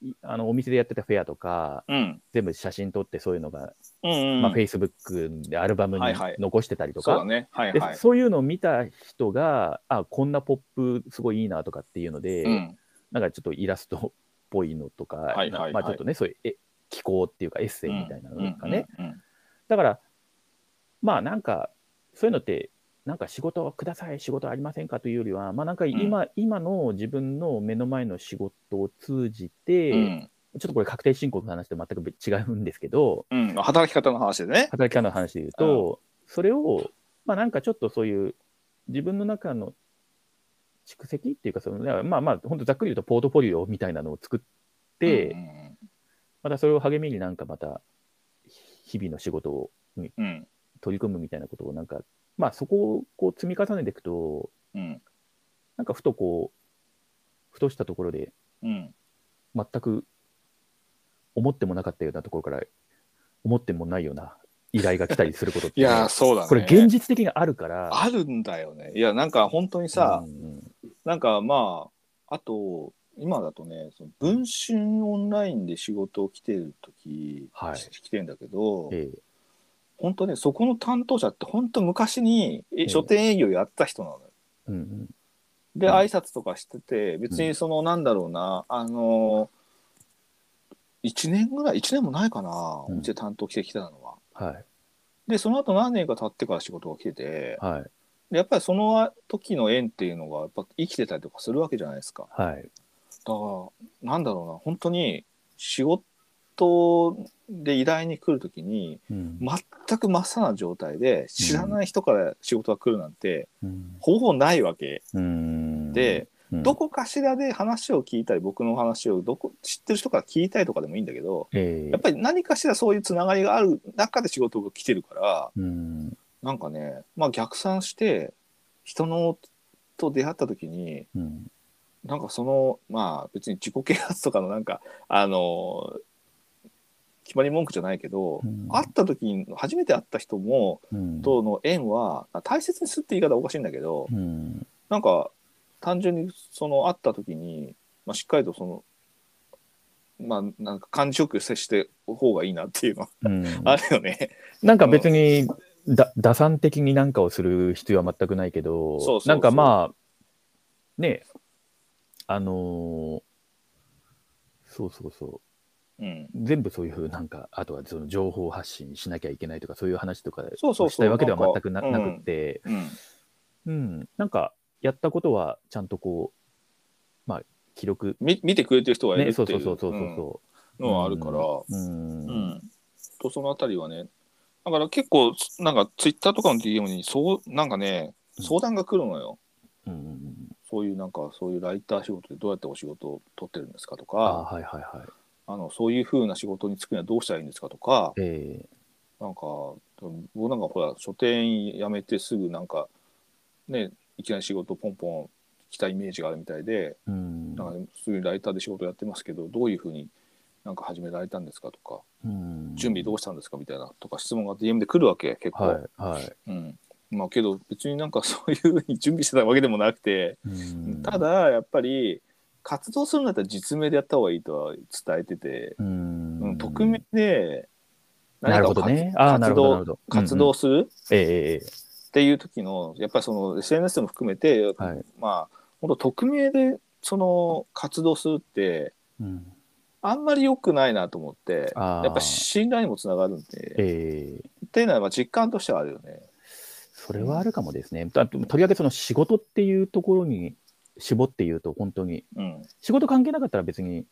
Speaker 2: いあのお店でやってたフェアとか、
Speaker 1: うん、
Speaker 2: 全部写真撮って、そういうのが、
Speaker 1: うん、うん、
Speaker 2: まあ、Facebook でアルバムに
Speaker 1: はいはい
Speaker 2: 残してたりと
Speaker 1: そう
Speaker 2: か
Speaker 1: だ、ね、はい
Speaker 2: で
Speaker 1: はい。
Speaker 2: そういうのを見た人が、あこんなポップすごいいいなとかっていうので、
Speaker 1: うん、
Speaker 2: なんかちょっとイラストっぽいのとか、
Speaker 1: はいはいはい
Speaker 2: なまあ、ちょっとね、そういうえ気候っていうかエッセイみたいなのとかね、
Speaker 1: うん、うん
Speaker 2: だから、まあなんか、そういうのって、なんか仕事ください、仕事ありませんかというよりは、まあなんか今,、今の自分の目の前の仕事を通じて、
Speaker 1: うん
Speaker 2: ちょっとこれ確定申告の話と全く違うんですけど、
Speaker 1: うん、働き方の話でね。
Speaker 2: 働き方の話で言うと、それを、まあなんかちょっとそういう自分の中の蓄積っていうかその、だからまあまあ、本当ざっくり言うとポートフォリオみたいなのを作って、
Speaker 1: うん
Speaker 2: またそれを励みになんかまた日々の仕事を
Speaker 1: うん、うん、
Speaker 2: 取り組むみたいなことをなんか、まあそこをこう積み重ねていくと、
Speaker 1: うん、
Speaker 2: なんかふとこう、ふとしたところで
Speaker 1: うん、
Speaker 2: 全く思ってもなかったようなところから思ってもないような依頼が来たりすることって、
Speaker 1: いやー、そうだね。
Speaker 2: これ現実的にあるから、
Speaker 1: あるんだよね。いや、なんか本当にさ、
Speaker 2: うん
Speaker 1: なんかまあ、あと、今だとね、その文春オンラインで仕事を来てるとき、
Speaker 2: はい
Speaker 1: 来てるんだけど、
Speaker 2: え
Speaker 1: 本当ね、そこの担当者って本当昔にえ
Speaker 2: え
Speaker 1: 書店営業やってた人なのよ。
Speaker 2: えうん
Speaker 1: で、
Speaker 2: うん
Speaker 1: 挨拶とかしてて、別にその、なんだろうな、あの、1年ぐらい、1年もないかな、
Speaker 2: うん
Speaker 1: うちで担当来てきたのは。
Speaker 2: うん、はい、
Speaker 1: で、その後何年か経ってから仕事が来てて、
Speaker 2: はい、
Speaker 1: でやっぱりその時の縁っていうのが、やっぱ生きてたりとかするわけじゃないですか。
Speaker 2: は
Speaker 1: だ
Speaker 2: い、
Speaker 1: からなんだろうな本当に仕事で依頼に来るときに
Speaker 2: うん
Speaker 1: 全く真っさらな状態で知らない人から仕事が来るなんて
Speaker 2: うん
Speaker 1: ほぼないわけ
Speaker 2: うん
Speaker 1: で、
Speaker 2: うん
Speaker 1: どこかしらで話を聞いたり僕の話をどこ知ってる人から聞いたりとかでもいいんだけど
Speaker 2: ええ
Speaker 1: やっぱり何かしらそういうつながりがある中で仕事が来てるから
Speaker 2: うん
Speaker 1: なんかねまあ逆算して人のと出会った時に
Speaker 2: うん
Speaker 1: なんかそのまあ別に自己啓発とかのなんかあの決まり文句じゃないけど、
Speaker 2: うん
Speaker 1: 会った時に初めて会った人も
Speaker 2: うん
Speaker 1: との縁はあ大切にするって言い方はおかしいんだけど、
Speaker 2: うん
Speaker 1: なんか単純にその会った時に、まあ、しっかりとそのまあなんか感じよく接して方がいいなっていうのは
Speaker 2: うん
Speaker 1: あるよね。
Speaker 2: なんか別にだ打算的に何かをする必要は全くないけど
Speaker 1: そうそうそう
Speaker 2: なんかまあねあのーそうそうそう
Speaker 1: うん、
Speaker 2: 全部そういうなんかあとはその情報発信しなきゃいけないとかそういう話とか
Speaker 1: そうそうそう
Speaker 2: したいわけでは全くな
Speaker 1: なんか
Speaker 2: な
Speaker 1: うん
Speaker 2: くって、
Speaker 1: うん、
Speaker 2: うんなんかやったことはちゃんとこうまあ記録
Speaker 1: み見てくれてる人がいる
Speaker 2: ね
Speaker 1: って
Speaker 2: そ
Speaker 1: いう
Speaker 2: そうそうそうそう
Speaker 1: うん
Speaker 2: そ
Speaker 1: のはあるから。
Speaker 2: ううん
Speaker 1: う、ん、とそのあたりはねだから結構なんかツイッターとかの DM にそうなんかね
Speaker 2: うん
Speaker 1: 相談が来るのよ、
Speaker 2: うん、
Speaker 1: そういうなんかそういうライター仕事でどうやってお仕事を取ってるんですかと
Speaker 2: あ
Speaker 1: か
Speaker 2: はいはいはい
Speaker 1: あのそういう風な仕事に就くにはどうしたらいいんですかとか
Speaker 2: え
Speaker 1: なんか僕なんかほら書店員辞めてすぐなんかねいきなり仕事ポンポン来たイメージがあるみたいで
Speaker 2: えうん
Speaker 1: なんか普通にライターで仕事やってますけどどういう風になんか始められたんですかとか
Speaker 2: うん
Speaker 1: 準備どうしたんですかみたいなとか質問が DM で来るわけ結構。
Speaker 2: はいはい、
Speaker 1: うん、まあけど別になんかそういうふうに準備してたわけでもなくて、
Speaker 2: うん
Speaker 1: た、だやっぱり活動するんだったら実名でやった方がいいとは伝えてて、
Speaker 2: うん
Speaker 1: うん、匿名で
Speaker 2: なるほどねああ
Speaker 1: 活
Speaker 2: なるほどなる
Speaker 1: 動
Speaker 2: ほど
Speaker 1: 活
Speaker 2: うんう
Speaker 1: 動
Speaker 2: ん
Speaker 1: する
Speaker 2: えええ
Speaker 1: っていう時のやっぱりその SNS も含めて、
Speaker 2: えはい、
Speaker 1: まあ本当匿名でその活動するって
Speaker 2: うん、
Speaker 1: あんまり良くないなと思って
Speaker 2: あー
Speaker 1: やっぱ信頼にもつながるんで
Speaker 2: ええ
Speaker 1: っていうのはまあ実感としてはあるよね。
Speaker 2: それはあるかもですね。だととりわけその仕事っていうところに絞って言うと、本当に、
Speaker 1: うん、
Speaker 2: 仕事関係なかったら別に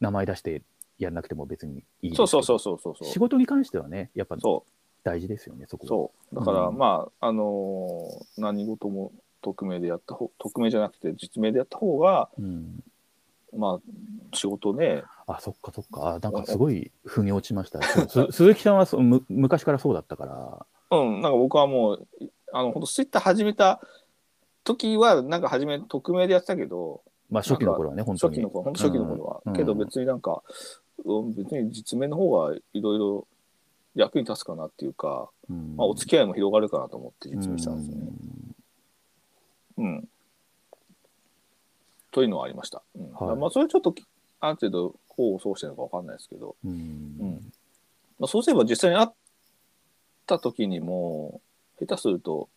Speaker 2: 名前出してやんなくても別にいいですけ
Speaker 1: そ
Speaker 2: ど
Speaker 1: うそうそうそうそうそう
Speaker 2: 仕事に関してはね、やっぱ
Speaker 1: そう
Speaker 2: 大事ですよね、そこは
Speaker 1: そうだから、
Speaker 2: うん
Speaker 1: まああのー何事も匿名でやった方匿名じゃなくて実名でやった方が
Speaker 2: うん、
Speaker 1: まあ仕事ね
Speaker 2: あ、そっかそっか。あなんかすごい腑に落ちま した。そうす鈴木さんはそうむ昔からそうだったから。
Speaker 1: うんなんか僕はもうあの本当ツイッター始めた時はなんか初め匿名でやってたけど
Speaker 2: まあ初期の頃はね、本当
Speaker 1: 初
Speaker 2: に。
Speaker 1: 期の頃本当初期の頃は、
Speaker 2: うん
Speaker 1: けど
Speaker 2: うん
Speaker 1: 別になんか、うん、別に実名の方がいろいろ役に立つかなっていうか、
Speaker 2: うん
Speaker 1: まあ、お付き合いも広がるかなと思って実名したんですよね。うん。というのはありました。うん
Speaker 2: はい
Speaker 1: まあ、それちょっと、ある程度、功を奏してるのかわかんないですけど、
Speaker 2: うん
Speaker 1: うんまあ、そうすれば実際に会った時にも、下手すると、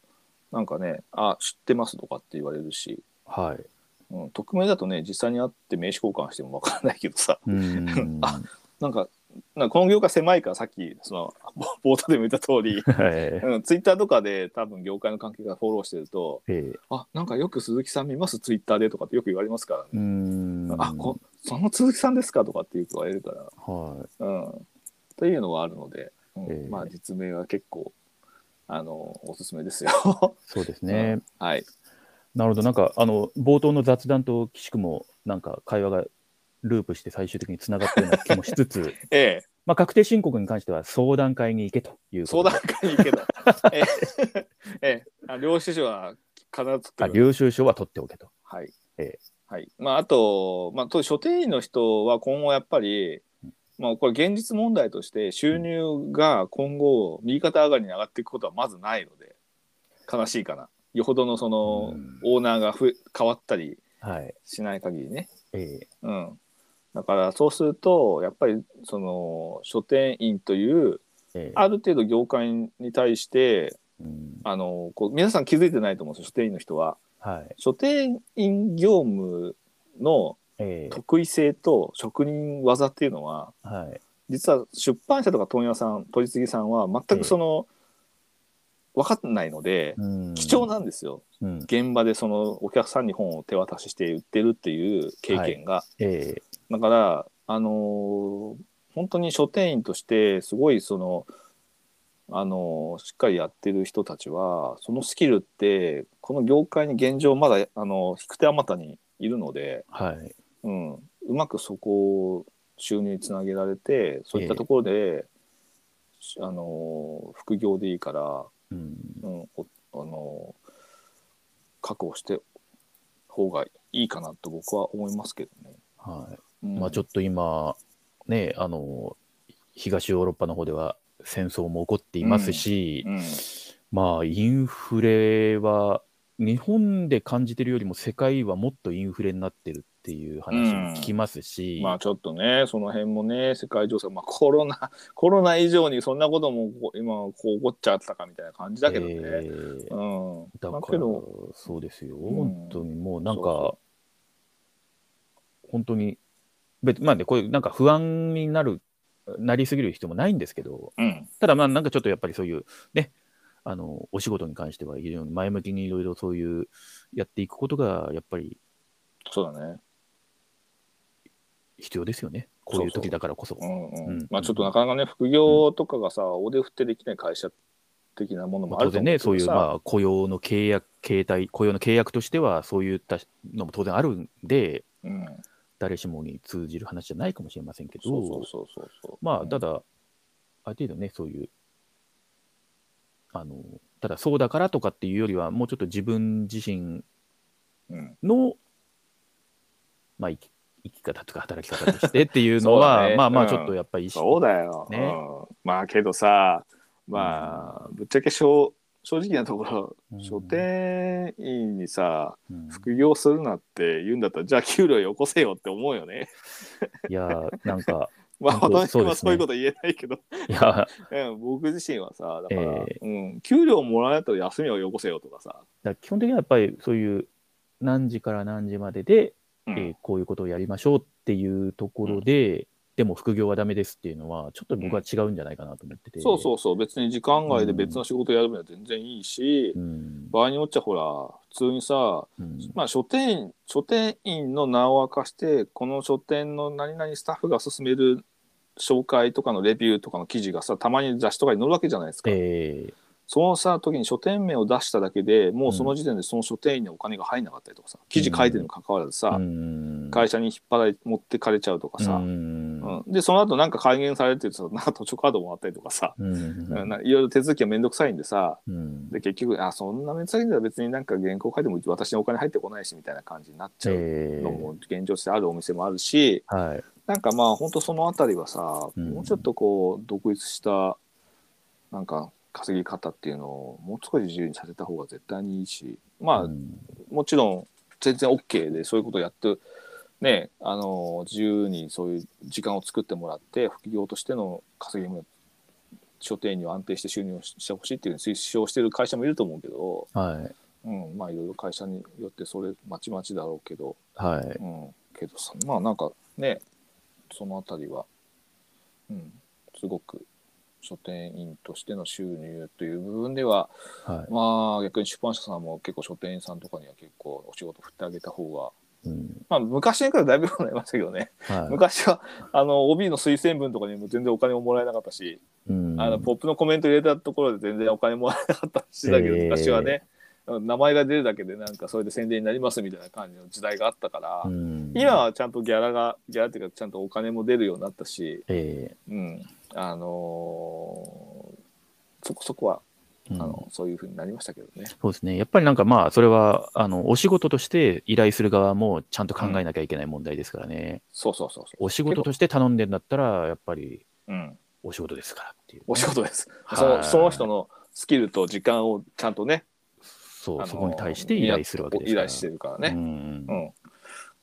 Speaker 1: なんかね、あ、知ってますとかって言われるし、
Speaker 2: はい。
Speaker 1: うん、匿名だとね、実際に会って名刺交換してもわからないけどさ、
Speaker 2: うん
Speaker 1: あなんか、なんかこの業界狭いからさっき、その、 冒頭でも言った通り、
Speaker 2: はい
Speaker 1: うん、ツイッターとかで多分業界の関係がフォローしてると、
Speaker 2: ええ
Speaker 1: あ、なんかよく鈴木さん見ますツイッターでとかってよく言われますからね。
Speaker 2: うん
Speaker 1: あこその鈴木さんですかとかっていう人がいるか
Speaker 2: は
Speaker 1: ら、うん、というのはあるので、うん
Speaker 2: ええ
Speaker 1: まあ実名は結構あのおすすめですよ。
Speaker 2: い、そうですね。
Speaker 1: はい、
Speaker 2: なるほど、なんかあの冒頭の雑談と岸くもなんか会話がループして最終的につながったような気もしつつ、
Speaker 1: ええ、
Speaker 2: まあ確定申告に関しては相談会に行けというこ
Speaker 1: 相
Speaker 2: と
Speaker 1: 談
Speaker 2: で。
Speaker 1: 会に行けばええええ、あ領収書は必ず
Speaker 2: あ
Speaker 1: 取ってくる
Speaker 2: 領収書は取っておけと。
Speaker 1: はい、
Speaker 2: ええ
Speaker 1: はい、まああと、まあ、当時書店員の人は今後やっぱり、まあ、これ現実問題として収入が今後右肩上がりに上がっていくことはまずないので悲しいかな。よほどのその、
Speaker 2: うん
Speaker 1: オーナーがふ変わったり
Speaker 2: はい。
Speaker 1: しない限りね。
Speaker 2: ええ
Speaker 1: うん、だからそうするとやっぱりその書店員という
Speaker 2: ええ
Speaker 1: ある程度業界に対して
Speaker 2: うん
Speaker 1: あのこう皆さん気づいてないと思うんですよ書店員の人は。
Speaker 2: はい。
Speaker 1: 書店員業務の
Speaker 2: ええ
Speaker 1: 得意性と職人技っていうのは
Speaker 2: はい。
Speaker 1: 実は出版社とか問屋さん取り次ぎさんは全くその、分かんないので
Speaker 2: うん
Speaker 1: 貴重なんですよ。
Speaker 2: うん。
Speaker 1: 現場でそのお客さんに本を手渡しして売ってるっていう経験が、
Speaker 2: ええ
Speaker 1: だからあのー本当に書店員としてすごいそのああのしっかりやってる人たちはそのスキルってこの業界に現状まだあの引く手あまたにいるので、
Speaker 2: はい。
Speaker 1: うん、うまくそこを収入につなげられてそういったところで、あの副業でいいから、
Speaker 2: うん。
Speaker 1: うん、おあの確保して方がいいかなと僕は思いますけどね。
Speaker 2: はい。
Speaker 1: うん
Speaker 2: まあちょっと今、ね、あの、東ヨーロッパの方では戦争も起こっていますし、
Speaker 1: うん
Speaker 2: まあインフレは、日本で感じてるよりも世界はもっとインフレになってるっていう話も聞きますし、
Speaker 1: まあちょっとね、その辺もね、世界情勢、まあコロナ、 コロナ以上にそんなこともこう今、こう起こっちゃったかみたいな感じだけどね。
Speaker 2: えー
Speaker 1: うん。
Speaker 2: だか
Speaker 1: だ
Speaker 2: ら
Speaker 1: けど、
Speaker 2: そうですよ、
Speaker 1: うん
Speaker 2: 本当にもうなんか、
Speaker 1: そうそ
Speaker 2: 本当に、別まあね、こういうなんか不安になる、なりすぎる必要もないんですけど、
Speaker 1: うん。
Speaker 2: ただまあなんかちょっとやっぱりそういうね、あのお仕事に関しては非常に前向きにいろいろそういうやっていくことがやっぱり
Speaker 1: そうだね。
Speaker 2: 必要ですよね、こういう時だからこそ。
Speaker 1: うんうん。
Speaker 2: うん
Speaker 1: まあちょっとなかなかね、副業とかがさ、お腕振ってできない会社的なもの
Speaker 2: ま
Speaker 1: も
Speaker 2: あ
Speaker 1: ある
Speaker 2: 当
Speaker 1: と
Speaker 2: 然
Speaker 1: 思う
Speaker 2: ね、
Speaker 1: けどさ、
Speaker 2: そういうまあ雇用の契約、形態、雇用の契約としては、そういったのも当然あるんで、
Speaker 1: うん。
Speaker 2: 誰しもに通じる話じゃないかもしれませんけど、
Speaker 1: そうそうそうそうそう。
Speaker 2: まあ、
Speaker 1: だ、
Speaker 2: ただ、ある程度ね、そういう、あの、ただそうだからとかっていうよりは、もうちょっと自分自身
Speaker 1: うん。
Speaker 2: の、まあ、生き生き方とか働き方としてっていう の
Speaker 1: そう
Speaker 2: は、
Speaker 1: だね
Speaker 2: まあま
Speaker 1: う
Speaker 2: あ、
Speaker 1: ん
Speaker 2: ちょっとやっぱり意識、
Speaker 1: そうだよ。
Speaker 2: ね
Speaker 1: うん、まあけどさ、まあ、ぶっちゃけ正正直なところ、
Speaker 2: うん
Speaker 1: 書店員にさ、
Speaker 2: うん
Speaker 1: 副業するなって言うんだったらじゃあ給料よこせよって思うよね。
Speaker 2: いやー、なんか、
Speaker 1: まあ
Speaker 2: 本当
Speaker 1: 私
Speaker 2: そうです
Speaker 1: はそう
Speaker 2: ね
Speaker 1: いうこと言えないけど、
Speaker 2: いや、
Speaker 1: うん僕自身はさだから、
Speaker 2: え
Speaker 1: うん、給料もらえたら休みをよこせよとかさ、
Speaker 2: だ基本的にはやっぱりそういう、何時から何時までで、
Speaker 1: うん
Speaker 2: えーこういうことをやりましょうっていうところで、でも副業はダメですっていうのは、ちょっと僕は違うんじゃないかなと思ってて。
Speaker 1: そうそうそう別に時間外で別の仕事やる分は全然いいし、
Speaker 2: うん。
Speaker 1: 場合によっちゃほら普通にさ
Speaker 2: うん
Speaker 1: まあ書店員書店員の名を明かしてこの書店の何々スタッフが勧める紹介とかのレビューとかの記事がさたまに雑誌とかに載るわけじゃないですか。
Speaker 2: ええ
Speaker 1: そのさ時に書店名を出しただけでもうその時点でその書店員にお金が入んなかったりとかさ記事書いてるにもかかわらずさ、
Speaker 2: うん
Speaker 1: 会社に引っ張られ持ってかれちゃうとか
Speaker 2: う
Speaker 1: さ、
Speaker 2: ん
Speaker 1: うんでその後なんか改元されてさなんか図書カードもらったりとかさ、
Speaker 2: うん
Speaker 1: うんないろいろ手続きがめんどくさいんでさ
Speaker 2: うん
Speaker 1: で結局あそんなめんどくさいんだら別になんか原稿書いても私にお金入ってこないしみたいな感じになっちゃう
Speaker 2: え
Speaker 1: の
Speaker 2: え
Speaker 1: も現状としてあるお店もあるし、
Speaker 2: はい
Speaker 1: なんかまあ本当そのあたりはさ、
Speaker 2: うん
Speaker 1: もうちょっとこう独立したなんか稼ぎ方っていうのをもう少し自由にさせた方が絶対にいいしまあ、
Speaker 2: うん
Speaker 1: もちろん全然 OK でそういうことやってねあの自由にそういう時間を作ってもらって副業としての稼ぎも書店員には安定して収入をししてほしいっていう推奨してる会社もいると思うけど、
Speaker 2: はい
Speaker 1: うん、まあいろいろ会社によってそれまちまちだろうけど
Speaker 2: はい
Speaker 1: うん、けどさまあなんかねそのあたりは、うん、すごく書店員としての収入という部分では
Speaker 2: は
Speaker 1: まあ逆に出版社さんも結構書店員さんとかには結構お仕事振ってあげた方
Speaker 2: いうん
Speaker 1: がまあ昔に比べたらだいぶ良くなりましたけどね
Speaker 2: は
Speaker 1: 昔はあの OB の推薦文とかにも全然お金ももらえなかったし、
Speaker 2: いうん
Speaker 1: あのポップのコメント入れたところで全然お金もらえなかったしだけど
Speaker 2: えー
Speaker 1: 昔はね、名前が出るだけでなんかそれで宣伝になりますみたいな感じの時代があったから。
Speaker 2: うん
Speaker 1: 今はちゃんとギャラがギャラっていうかちゃんとお金も出るようになったし、
Speaker 2: え
Speaker 1: うん、あのーそこそこは、
Speaker 2: えうん
Speaker 1: あのそういうふうになりましたけどね。
Speaker 2: そうですねやっぱりなんかまあそれはあのお仕事として依頼する側もちゃんと考えなきゃいけない問題ですからね
Speaker 1: そうそうそうそう。
Speaker 2: お仕事として頼んでんだったらやっぱり
Speaker 1: うん、
Speaker 2: お仕事ですからっていう
Speaker 1: お仕事です。
Speaker 2: はい
Speaker 1: そのその人のスキルと時間をちゃんとね、
Speaker 2: そ
Speaker 1: あの
Speaker 2: う
Speaker 1: ー
Speaker 2: そこに対して依頼するわけです
Speaker 1: 依
Speaker 2: から
Speaker 1: 頼してるから
Speaker 2: う
Speaker 1: ね。
Speaker 2: ん
Speaker 1: うん、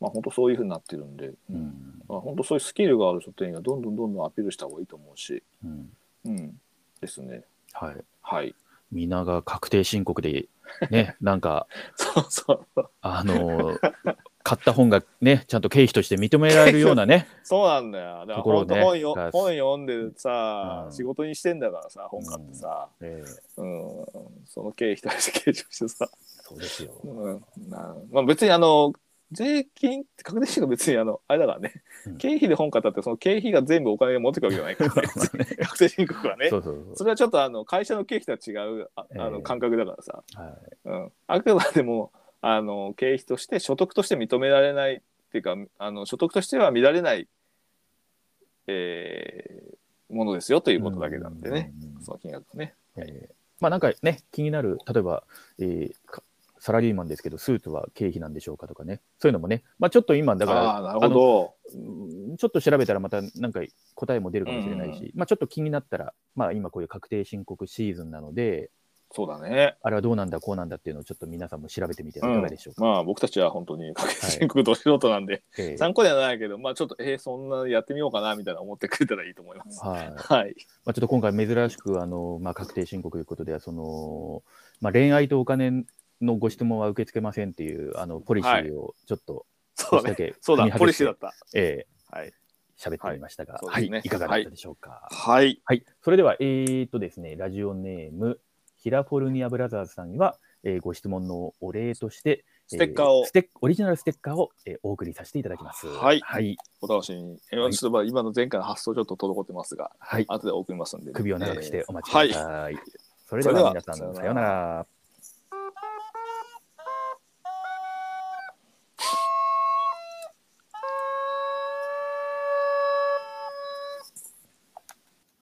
Speaker 1: まあ本当そういうふうになってるんで、
Speaker 2: う
Speaker 1: うん
Speaker 2: ん
Speaker 1: まあ本当そういうスキルがある書店員はどんどんどんどんアピールした方がいいと思うし、
Speaker 2: うん
Speaker 1: うん、ですね。
Speaker 2: はい
Speaker 1: はい。
Speaker 2: 皆が確定申告で ねなんか
Speaker 1: そうそう。
Speaker 2: あのー買った本がね、ちゃんと経費として認められるようなね、
Speaker 1: そうなんだよ。だから
Speaker 2: ところ
Speaker 1: 本
Speaker 2: をね
Speaker 1: 当本よ
Speaker 2: が
Speaker 1: 本読んでさ、
Speaker 2: うん
Speaker 1: 仕事にしてんだからさ、本買ってさ、
Speaker 2: ええ
Speaker 1: うん、 その経費として計上してさ、
Speaker 2: そうですよ
Speaker 1: う。ん、なまあ別にあの、税金って確定申告別にあのあれだからね、
Speaker 2: うん
Speaker 1: 経費で本買ったってその経費が全部お金で持ってくるわけじゃない から、ね、別に確定申告は ね
Speaker 2: そうそうそ
Speaker 1: それはちょっとあの会社の経費とは違うああ
Speaker 2: え
Speaker 1: の
Speaker 2: え
Speaker 1: 感覚だからさ、
Speaker 2: う。はい
Speaker 1: うん、あくまでもあの経費として所得として認められないっていうかあの所得としては見られない、えーものですよということだけなんでね、。
Speaker 2: うんうんうん
Speaker 1: その金額ね。
Speaker 2: えーまあなんかね、気になる、例えば、えーかサラリーマンですけど、スーツは経費なんでしょうかとかね、そういうのもね、まあちょっと今、だから、
Speaker 1: ああーなるほど。
Speaker 2: うんちょっと調べたらまたなんか答えも出るかもしれないし、
Speaker 1: うん
Speaker 2: まあちょっと気になったら、まあ今こういう確定申告シーズンなので、
Speaker 1: そうだね。
Speaker 2: あれはどうなんだ、こうなんだっていうのをちょっと皆さんも調べてみてはいかがでしょうか。
Speaker 1: まあ僕たちは本当に確定申告ど素人なんで、
Speaker 2: えー
Speaker 1: 参考にはならないけど、まあちょっとえー、そんなやってみようかなみたいな思ってくれたらいいと思います。
Speaker 2: はい
Speaker 1: はい。
Speaker 2: まあ、ちょっと今回珍しくあの、まあ、確定申告ということでその、まあ、恋愛とお金のご質問は受け付けませんっていうあのポリシーをちょっと
Speaker 1: そ
Speaker 2: 少
Speaker 1: うだ
Speaker 2: しだ
Speaker 1: ね。
Speaker 2: け
Speaker 1: そうだ
Speaker 2: 踏み外して、
Speaker 1: ポリシーだった。
Speaker 2: え
Speaker 1: はい。
Speaker 2: ー喋ってみましたが、
Speaker 1: はいそう
Speaker 2: はい
Speaker 1: ですね
Speaker 2: いかがだったでしょうか。
Speaker 1: はい。
Speaker 2: はい、それでは、えー、とですね、ラジオネーム、ヒラフォルニアブラザーズさんには、えーご質問のお礼として、
Speaker 1: ステッカーを
Speaker 2: えステッオリジナルステッカーを、えーお送りさせていただきます。
Speaker 1: はい
Speaker 2: はい。
Speaker 1: お楽しみに。えー
Speaker 2: はい
Speaker 1: ちょっとまあ今の前回の発想ちょっと滞ってますが、
Speaker 2: はい。
Speaker 1: 後で送りますんで、
Speaker 2: 首を長くしてお待ちく
Speaker 1: は
Speaker 2: だ
Speaker 1: い。
Speaker 2: さい。それでは皆さん、
Speaker 1: それでは
Speaker 2: さようなら。